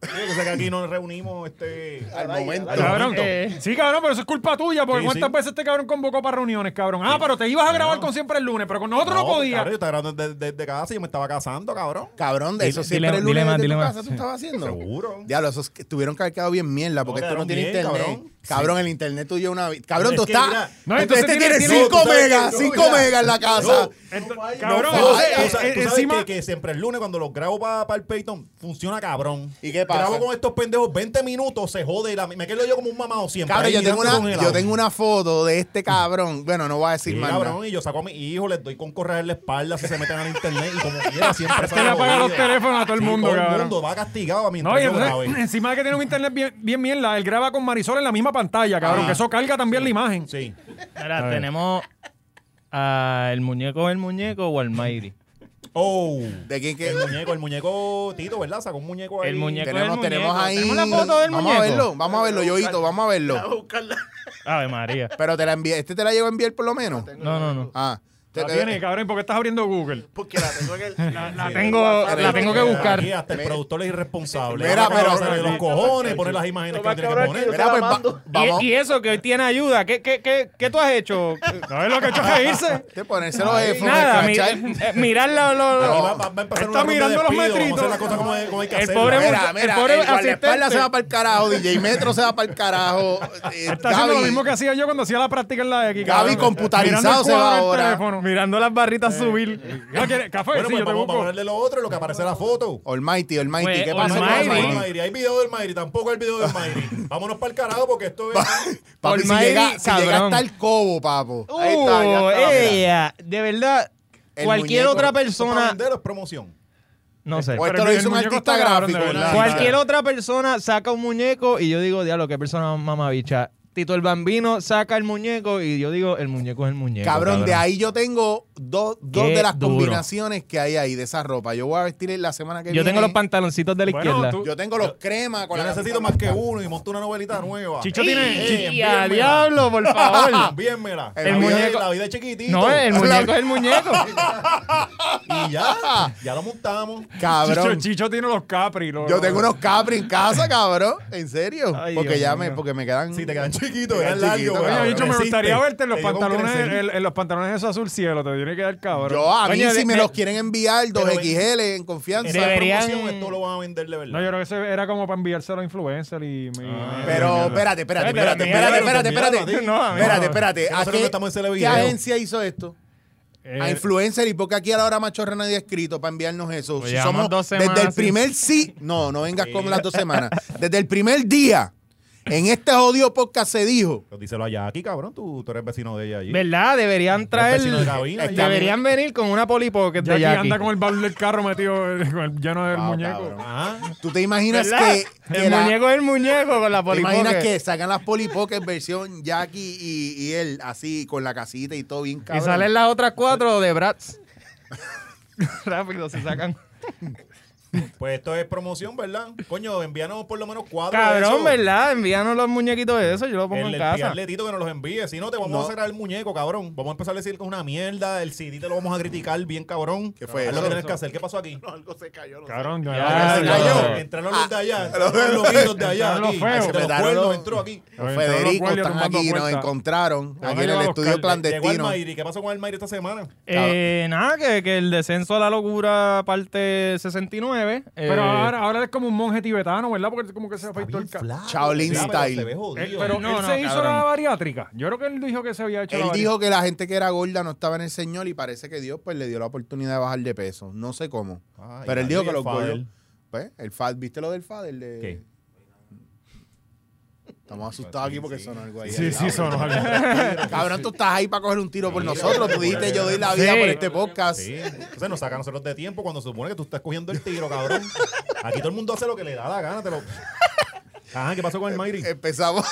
Creo que sé que aquí nos reunimos este...
Al momento.
al
Cabrón.
momento.
Eh.
Sí, cabrón, pero eso es culpa tuya, porque
Sí,
cuántas
sí.
veces este cabrón convocó para reuniones, cabrón. Ah, pero te ibas a grabar con siempre el lunes, pero con nosotros no, podías.
Claro, yo estaba grabando desde, desde casa y yo me estaba casando, cabrón.
Cabrón, de
Dile-
eso
dile
siempre
más,
el
dile
lunes de
más,
tu
dile más.
casa tú estabas haciendo.
Seguro.
Diablo, esos que tuvieron que haber quedado bien mierda porque
No,
esto no
quedaron
tiene
bien,
internet.
cabrón.
Cabrón, el internet tuyo es una. Cabrón,
Es
tú
que
estás.
mira-
No,
este
entonces
tiene
tiene-
5
tú sabes
megas,
que-
5
mira.
megas en la casa.
Ento-
falla.
cabrón,
No,
Tú <laughs>
entonces,
falla.
sabes- tú sabes,
eh,
tú sabes
encima-
que, que siempre el lunes cuando los grabo para el Patreon funciona cabrón.
¿Y qué pasa?
Grabo con estos pendejos 20 minutos, se jode. La, me quedo yo como un mamado siempre.
Cabrón,
ahí
yo tengo,
mirando
una,
congelado.
yo tengo una foto de este cabrón. Bueno, no voy a decir
Sí,
más. nada.
cabrón, y yo saco a mi hijo, les doy con correr en la espalda si se meten al internet y como
<laughs>
quiera siempre
que le apaga los teléfonos a todo el mundo,
todo
cabrón.
el mundo va castigado a mi
No, y entonces,
internet.
encima de que tiene un internet bien, bien mierda, él graba con Marisol en la misma pantalla, cabrón,
Ah.
que eso carga también la imagen.
Sí.
Ahora tenemos a el muñeco el muñeco o al Mayri.
Oh.
¿De quién que-
El muñeco, el muñeco Tito, ¿verdad? Sacó un muñeco ahí.
El muñeco
Tenemos,
del
tenemos
muñeco.
ahí.
Tenemos la foto del
vamos
muñeco.
a verlo, vamos a verlo, Yoito, vamos a verlo.
Ave María.
Pero te la envié, este te la llevo a enviar por lo menos.
No, no, no.
Ah, te-
La tiene, cabrón, porque estás abriendo Google.
Porque la tengo en el.
La tengo, la tengo que buscar.
Aquí hasta el productor es irresponsable.
Mira,
Mira,
pero-
pero de los cojones, poner las imágenes
Lo
que
más
tiene que
cabrón
poner.
es que yo
Mira,
se la
pues, va-
mando.
vamos.
Y, y eso que hoy tiene ayuda. ¿Qué, qué, qué, qué tú has hecho?
No es lo que ha hecho es reírse.
Te ponerse los headphones,
Nada, mi-
escrachar.
<laughs> eh, mirar la- lo- lo-
Aquí va, va- va a
Está
empezar una ronda de
mirando los
despido, vamos a
metritos.
hacer las cosas como, es- como hay que
El
hacerlas.
pobre
Mira,
Mira, mira,
El pobre
el guardaespaldas
asistente.
se va para el carajo, DJ Metro se va para el carajo. eh,
Está haciendo lo
Gaby-
mismo que hacía yo cuando hacía la práctica en la X.
Gaby
cabrón.
computarizado
Mirando el
se va
cuadro del
ahora.
teléfono.
mirando las barritas subir.
Ah, ¿quieres ¿Café?
Bueno,
sí, yo te
pues vamos, vamos a
busco.
ponerle lo otro, lo que aparece en la foto.
Almighty, Almighty,
Pues,
¿qué pasa con
Almighty.
Almighty?
Almighty, Hay video del Mayri, tampoco hay video del
<laughs>
Mayri. Vámonos para el carajo porque esto es.
Papi, si
Almighty,
llega, si llega
cabrón.
hasta el cobo, papo.
Uh,
Ahí está, ya está, mira.
ella, de verdad,
El
cualquier
muñeco.
otra
Esto para
persona,
vender o es promoción.
no sé.
O esto
Pero
lo
el
hizo un
muñeco
artista
está cabrón, de
gráfico.
verdad.
¿verdad?
Cualquier otra persona saca un muñeco y yo digo, diablo, qué persona mamabicha. Tito el Bambino saca el muñeco y yo digo, el muñeco es el muñeco.
Cabrón, de ahí yo tengo dos, dos
Qué
de las
duro.
combinaciones que hay ahí de esa ropa. Yo voy a vestir la semana que
Yo
viene.
tengo los pantaloncitos de la
Bueno,
izquierda.
tú-
Yo tengo los cremas con
Yo
la
necesito
camisa
más que
blanca.
uno y monto una novelita nueva. <laughs>
Chicho tiene... Chi-
¡Y a diablo, por favor!
Envíenmela.
El
La vida-
muñeco-
La vida es chiquitito.
no, el muñeco es el muñeco.
Y ya, ya lo montamos.
Chicho,
<laughs> Cabrón.
Chicho tiene los Capri. los-
Yo tengo unos capri en casa, cabrón. En serio.
Ay,
porque
Dios
ya me,
mío.
porque me quedan.
Si te quedan chiquitos,
Te
eran
quedan
largos.
chiquitos,
Oye,
cabrón.
bicho, me
Resiste.
gustaría verte en los
Te llegó un
pantalones,
crecer.
el- en los pantalones esos azul cielo, te tiene que dar cabrón.
Yo a mí,
Coño,
si
de-
me
de-
los quieren enviar dos
Pero-
XL en confianza.
Esa
Deberían-
promoción, esto lo van a vender de verdad.
No, yo creo que eso era como para enviárselo a influencer y... y-
Ah,
y-
Pero
mierda.
espérate, espérate,
Pero
espérate,
enviarlo,
espérate, espérate,
enviarlo
espérate.
a ti.
No, a mí no.
Espérate, espérate.
Que
¿A
nosotros
qué,
no estamos en
qué
Televideo.
agencia hizo esto?
Eh,
A influencer y porque aquí a la hora machorra nadie ha escrito para enviarnos eso.
Pues
Si
llevamos
somos
dos
desde el
semanas
primer sí, no, no vengas con las dos semanas. Desde el primer día en este jodido podcast se dijo
Pero Pues díselo a Jackie, cabrón. Tú, tú eres vecino de ella allí.
<laughs> ¿Verdad? Deberían traer... Este,
vecino de cabina, ya.
deberían venir con una polipocket de
Jackie
Jackie.
anda con el baúl del carro metido eh, con el- lleno del
Ah,
muñeco.
cabrón.
Ajá.
¿Tú te imaginas
¿Verdad?
que, que
el
la-
muñeco es el muñeco con la
¿Te imaginas
polipocket.
que sacan las polipoques versión Jackie y, y él así con la casita y todo bien
Y
cabrón?
salen las otras cuatro de Bratz. <laughs> Rápido, se sacan.
Pues esto es promoción, ¿verdad? Coño, envíanos por lo menos cuatro. de
Cabrón,
esos.
¿verdad? Envíanos los muñequitos de eso, yo lo pongo
El,
en
el
casa.
PR letito que nos los envíe. Si no, te vamos a
No.
cerrar el muñeco, cabrón. Vamos a empezar a decir que es una mierda. El CD te lo vamos a criticar bien, cabrón. ¿Qué
fue
lo
eso?
que tienes que hacer. ¿Qué pasó aquí?
Algo se cayó. no sé.
Cabrón, ya.
Ya,
ya,
ya.
Cayó.
eh,
Entraron los de allá. Entraron los loquitos de allá.
Entraron los
Aquí.
feos.
Entre los
Apretaron
cuernos
los-
entró aquí.
Los
Entraron los
Federico
guardias
están
tumbando
aquí, nos
puertas.
encontraron
van a
ayer en
llevar
el
a
estudio
buscar.
Llegó el
clandestino.
Mayri. ¿Qué pasó con el Mayri esta semana?
Eh, nada, que, que el descenso a la locura parte 69. eh,
Pero ahora, ahora es como un monje tibetano, ¿verdad? Porque como que se afectó el carro.
Shaolin
Sí, pero
style.
se ve jodido.
Él- pero
No,
él
no,
se hizo
cabrón.
la bariátrica. Yo creo que él dijo que se había hecho la
Él
bariátrica.
dijo que la gente que era gorda no estaba en el Señor y parece que Dios pues le dio la oportunidad de bajar de peso. No sé cómo.
Ay,
pero él
ay,
dijo
el
que los
Fadel.
gordos... Pues, el fad, ¿viste lo del fad? El de-
¿Qué?
Estamos asustados aquí porque sonó algo ahí.
Sí,
al
sí,
lado.
sonó algo.
<laughs> Cabrón, tú estás ahí para coger un tiro por nosotros. Tú dijiste yo doy la vida
Sí.
por este podcast.
Sí. Entonces nos sacan a nosotros de tiempo cuando se supone que tú estás cogiendo el tiro, cabrón. Aquí todo el mundo hace lo que le da la gana. Te lo... Ajá, ¿qué pasó con el Mayri?
Empezamos.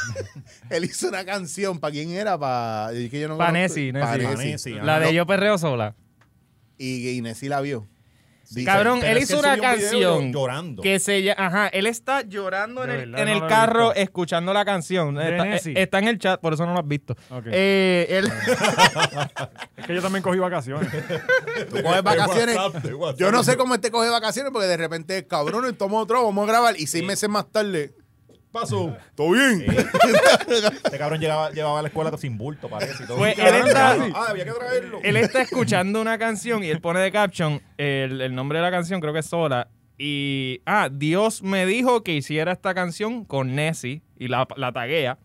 <laughs> Él hizo una canción. ¿Para quién era? Para. es que yo no
Pa'
conozco-
Nessie, Nessie.
Pa'
Nessie,
la de yo perreo sola.
Y, y Nessie la vio. Dice-
Cabrón,
pero
él
es que él
hizo una
subió un video
canción.
llo- llorando.
Que se llama- Ajá, él está llorando en
De
el,
verdad,
en
no
el
lo he
carro
visto.
escuchando la canción.
De
Está,
Nessie.
eh, está en el chat, por eso no lo has visto.
Ok.
Eh, él-
Es que yo también cogí
<laughs>
vacaciones.
Tú coges vacaciones.
De WhatsApp, de WhatsApp.
Yo no sé cómo este coge vacaciones porque de repente, cabrón, y tomo otro, vamos a grabar. Y seis meses más tarde,
pasó?
¿todo bien?
Este cabrón llegaba, llevaba a la escuela sin bulto, parece. Y todo.
Pues, él
Cabrón,
está-
cabrón. Ah, había que traerlo.
él está escuchando una canción y él pone de caption el, el nombre de la canción, creo que es sola. Y, ah, Dios me dijo que hiciera esta canción con Nessie y la, la taguea.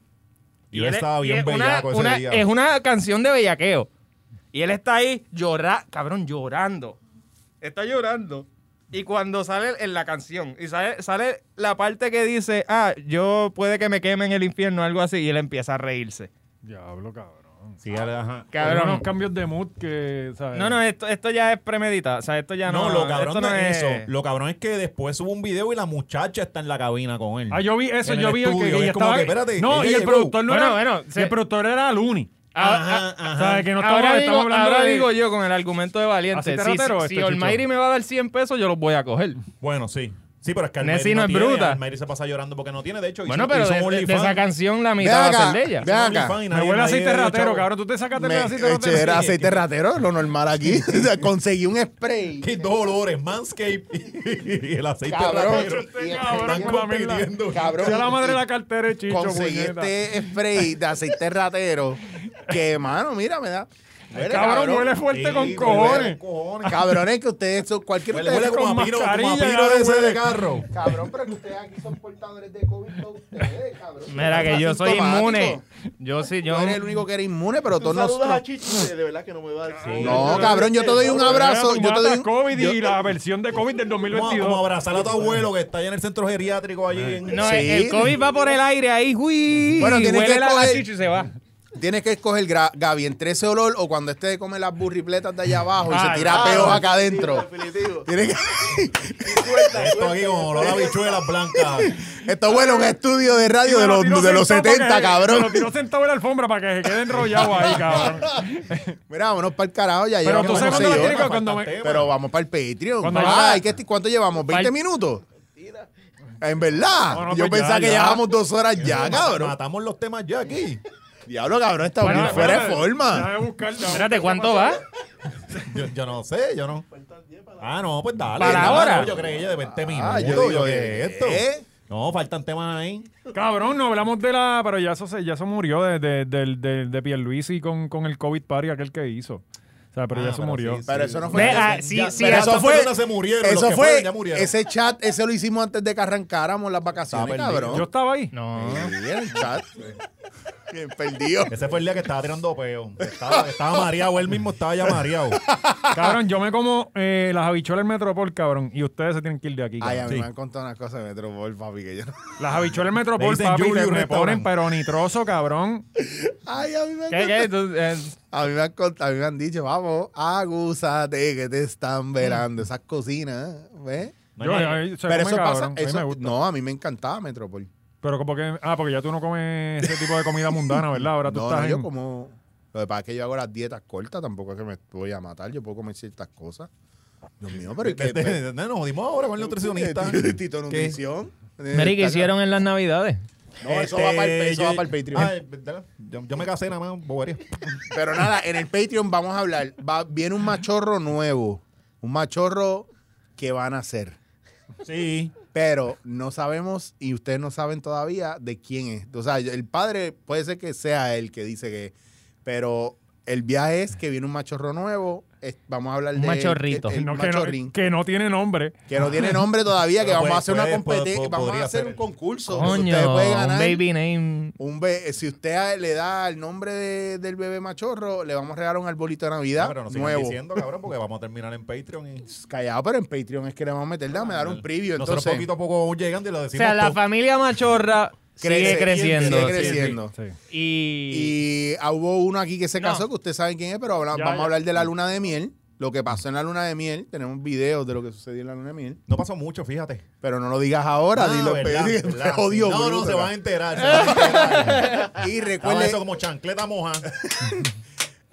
Yo
él es-
estaba bien
y es una-
bellaco ese
una-
día.
Es una canción de bellaqueo. Y él está ahí llorando, cabrón, llorando. Está llorando. Y cuando sale en la canción, y sale, sale la parte que dice, ah, yo puede que me queme en el infierno, algo así, y él empieza a reírse.
Diablo, cabrón.
Sí, él- ajá.
Cabrón.
Cabrón.
unos cambios de mood que, ¿sabes?
No, no, esto, esto ya es premeditado. O sea, esto ya no,
No, lo cabrón
esto
no es eso. Lo cabrón es que después subo un video y la muchacha está en la cabina con él.
Ah, yo vi eso,
En
yo
el
vi el que,
estudio,
que
es
ya
como
estaba...
que, espérate,
no,
ella
y el
llegó.
productor no
Bueno,
era...
bueno,
y
se-
el productor era Luni.
Ah,
Ah,
Ahora,
Ajá, ajá.
O sea, que no estaba,
Ah, ahora
estamos
digo-
hablando
ahora
de...
digo yo con el argumento de
Así
valiente.
te
Si,
ratero,
si,
este
si
chicho.
Olmairi me va a dar 100 pesos, yo los voy a coger.
Bueno, sí. Sí, pero es que
Nessie
Almairi
no es
tiene,
bruta.
Almairi se pasa llorando porque no tiene. De hecho,
Bueno,
hizo-
pero
hizo un
de, de- de
OnlyFans.
esa canción la
Ve
mitad va a
acá,
ser de ella.
ve acá.
OnlyFans y
Me
nadie-
huele a
nadie le
aceite
dio
ratero,
chavo. <laughs>
cabrón. Tú te sacaste
Me
el aceite ratero.
eché era aceite ratero, lo normal aquí. <laughs> O sea, Conseguí un
<laughs>
spray.
Qué dolores, Manscape y el aceite
Cabrón.
ratero.
Y-
Cabrón,
Están
con la mierda.
compitiendo.
Cabrón.
Sea la madre de la cartera, de chicho,
conseguí
puñeta.
este spray de aceite ratero que, mano, mira, me da. Huele,
cabrón, huele fuerte con cojones.
Cabrones que ustedes son cualquier
Huele,
ustedes-
huele como
con
a pino, como a
mascarilla,
pino
ya
de ese
huele.
de carro.
Cabrón, pero que ustedes aquí son portadores de COVID, no ustedes, cabrón.
Mira que yo soy
Asintomático.
inmune. Yo sí, yo.
Tú eres el único que eres inmune, pero
Tú
todos
saludas
nosotros.
a Chichi, de verdad que no me va a dar COVID.
No, cabrón, yo te doy un abrazo.
Tú
Yo te doy
matas
un...
COVID
yo-
y la versión de COVID del
Como,
2022.
como abrazar a tu abuelo que está allá en el centro geriátrico allí. En...
No,
Sí.
el- el COVID va por el aire ahí, uy.
Bueno, tienes
huele
que
la
coger-
chicha y se va.
Tienes que escoger, gra- Gaby, entre ese olor o cuando este come las burripletas de allá abajo y
Ah,
se tira
Ah,
peos
no,
acá
definitivo,
adentro.
definitivo.
Tienes que...
Esto aquí
<laughs>
con olor a bichuelas blancas.
Esto bueno, un estudio de radio de
Me lo
los,
tiró
de los
sentado para
70,
que- me
cabrón.
Lo tiró sentado en la alfombra para que se quede enrollado ahí,
<laughs>
cabrón.
Mira, vámonos para el carajo, ya
Pero
llevamos
tú sabes
como
cuando la
seis
tienes
horas.
que- cuando me-
Faltan temas.
Pero vamos para el Patreon.
Cuando
Ah,
ya-
hay que- ¿Cuánto llevamos? ¿20
Fal-
minutos? En verdad.
Bueno,
Yo
pues ya,
pensaba que
ya.
llevábamos dos horas ya, cabrón.
Matamos los temas ya aquí.
Diablo, cabrón, está
Bueno,
bien fuera de
espérate,
forma.
déjame buscar, déjame
Espérate,
buscar
¿cuánto
qué
va?
pasó.
Yo, yo no sé, yo no. Ah, no, pues dale.
¿Para
Dale,
ahora?
no, Yo creí yo de 20 minutos.
Ah, yo
yo
digo,
¿qué es esto?
¿eh?
No, faltan temas ahí.
Cabrón, no hablamos de la. Pero ya eso, se, ya eso murió de, de, de, de, de Pierluisi con, con el COVID party aquel que hizo. O sea, pero
Ah,
ya eso
pero
murió.
sí, sí.
Pero eso no
Ve,
fue.
ah, sí,
ya-
Pero
pero
sí, ah,
eso
eso
Estas
fue.
personas se murieron,
Eso
los que
fue.
fueron ya murieron.
Ese chat, ese lo hicimos antes de que arrancáramos las vacaciones,
Está perdido.
Yo
cabrón.
estaba ahí.
No.
Sí, el chat. Bien
<laughs>
perdido.
Ese fue el día que estaba tirando peo. Estaba, estaba mareado, él mismo estaba ya mareado.
Cabrón, yo me como eh, las habichuelas del Metropol, cabrón. Y ustedes se tienen que ir de aquí.
Ay,
cabrón.
a mí me han contado unas cosas de Metropol, papi,
<laughs>
que yo no.
Las habichuelas del Metropol,
Le dicen
papi,
Julio
te- me
Restaurant.
ponen pero nitroso, cabrón.
Ay, a mí me han
¿Qué, qué? Tú, eh,
A mí, me han cont- a mí me han dicho, vamos, agúzate que te están velando. Esas cocinas, ¿ves?
Yo, ay, Mm. se
Pero
come,
eso pasa.
cabrón. A mí
eso-
me gusta.
no, a mí me encantaba Metropol.
Pero como que. Ah, porque ya tú no comes ese tipo de comida mundana, ¿verdad? Ahora Ah, tú
No,
estás
no,
en-
yo como. Lo que pasa es que yo hago las dietas cortas, tampoco es que me voy a matar, yo puedo comer ciertas cosas. Dios mío,
<laughs>
pero pues, ¿y qué?
Este- no, nos jodimos ahora con el nutricionista.
Tito
¿Qué?
Nutrición.
Mary, ¿qué hicieron en las navidades?
No, eso va para el, eso va para el Patreon.
Este, Ay, dale. yo, yo me casé nada más, bobería.
Pero nada, en el Patreon vamos a hablar. Va, viene un machorro nuevo. Un machorro que van a hacer.
Sí.
Pero no sabemos, y ustedes no saben todavía, de quién es. O sea, el padre puede ser que sea él que dice que. Pero el viaje es que viene un machorro nuevo. es- vamos a hablar
Un
de.
machorrito.
El, el
no, que,
machorrín.
no,
Que,
que no tiene nombre.
no tiene nombre todavía, que
Pero
vamos a
puede-
hacer
puede-
una competencia.
puede-
Vamos a
podría
hacer
ser.
un concurso. donde ustedes
Coño,
pueden
un
ganar.
baby name.
Un be- si usted a- le da el nombre de- del bebé machorro, le vamos a regalar un arbolito de Navidad
No, pero no sigan
nuevo.
diciendo, cabrón, porque vamos a terminar en Patreon y...
Callado, pero en Patreon es que le vamos a meter, dame a dar un preview.
Ah, Nosotros
Entonces,
poquito a poco vamos llegando y lo
O
decimos
sea, la
todo.
familia machorra sigue
crece,
creciendo.
Sigue
sí, sí.
creciendo.
Sí.
Y,
Y ah, hubo uno aquí que se
No.
casó, que ustedes saben quién es, pero habla-
Ya,
vamos
ya.
a hablar de la luna de miel. Lo que pasó en la luna de miel, tenemos videos de lo que sucedió en la luna de miel,
No pasó mucho, fíjate.
pero no lo digas ahora,
Ah,
dilo,
verdad,
pedí-
verdad.
<laughs> odio,
No, no,
bruto,
se
¿verdad?
van a enterar.
<laughs>
se van a enterar.
Y
Estaba
recuerde,
eso como chancleta moja.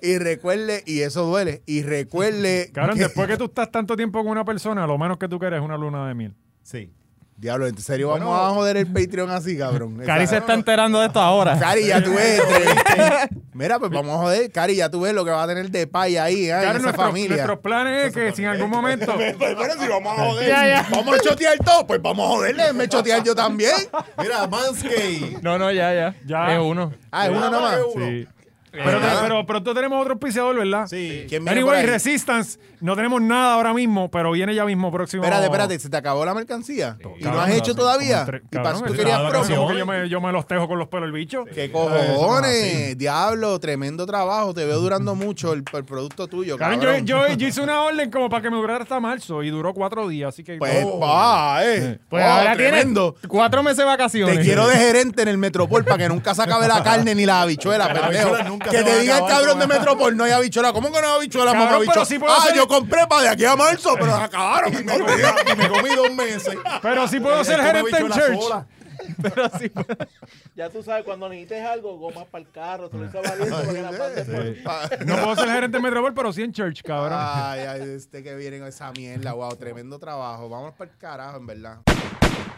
y recuerde, y eso duele, y recuerde,
Cabrón,
que-
después que tú estás tanto tiempo con una persona, lo menos que tú quieres es una luna de miel.
Sí.
diablo, en serio vamos
Bueno.
a joder el Patreon
<laughs>
así, cabrón.
Cari se
Esa-
está enterando de esto ahora.
Cari, ya tú ves. entre- Mira, pues vamos a joder. Cari, ya tú ves lo que va a tener de pay ahí, ¿eh? en
Claro,
esa
nuestro-
familia.
nuestros planes es que si en algún momento.
<laughs> <laughs> Pero bueno, si vamos a joder,
Ya, ya.
vamos a chotear todo, pues vamos a joderle, me chotear yo también.
Mira, Manscape.
No, no, ya, ya.
Ya.
Es uno.
Ah, es uno
Nada
nomás.
más que uno.
Sí. Pero, pero pronto tenemos otro auspiciador, ¿verdad?
Sí.
¿Quién viene por
Anyway,
ahí?
Resistance, no tenemos nada ahora mismo, pero viene ya mismo próximo.
Espérate, espérate, se te acabó la mercancía. Y no
Cabrón,
has hecho
hace
todavía.
como tres-
Y
cabrón,
para tú
eso
querías
estaba de
promo.
vacaciones, porque Yo me, yo me los tejo con los pelos el bicho.
¡Qué
Eso
cojones! Diablo, tremendo trabajo. Te veo durando mucho el, el producto tuyo,
Cabrón,
cabrón.
yo, yo- yo hice una orden como para que me durara hasta marzo y duró cuatro días, así que.
Pues,
Oh.
pa, eh.
Pues
Oh,
ahora
tremendo.
tienes cuatro meses de vacaciones.
Te quiero de gerente en el Metropol para que nunca se acabe la carne ni la habichuela, pendejo.
habichuela nunca
Que
se
te
va a
diga el
acabar,
cabrón de
cabrón.
Metropol, no hay habichuela. ¿Cómo que no hay habichuela, mamá
Cabrón, pero
habichuela?
sí puedo
ah,
hacer-
yo compré para de aquí a marzo, pero se acabaron.
Y me comí dos meses.
Pero sí puedo
Este
ser
Tú me
gerente en
bichuela
church. <laughs>
sola.
Pero
<laughs>
sí, pues.
Ya tú sabes, cuando necesites algo, gomas para el carro, tú le estás valiendo para que la pases por-
Sí. No puedo ser gerente en Metropol, pero sí en church, cabrón.
Ay, ay, este que viene con esa mierda, wow, tremendo trabajo. Vamos para el carajo, en verdad.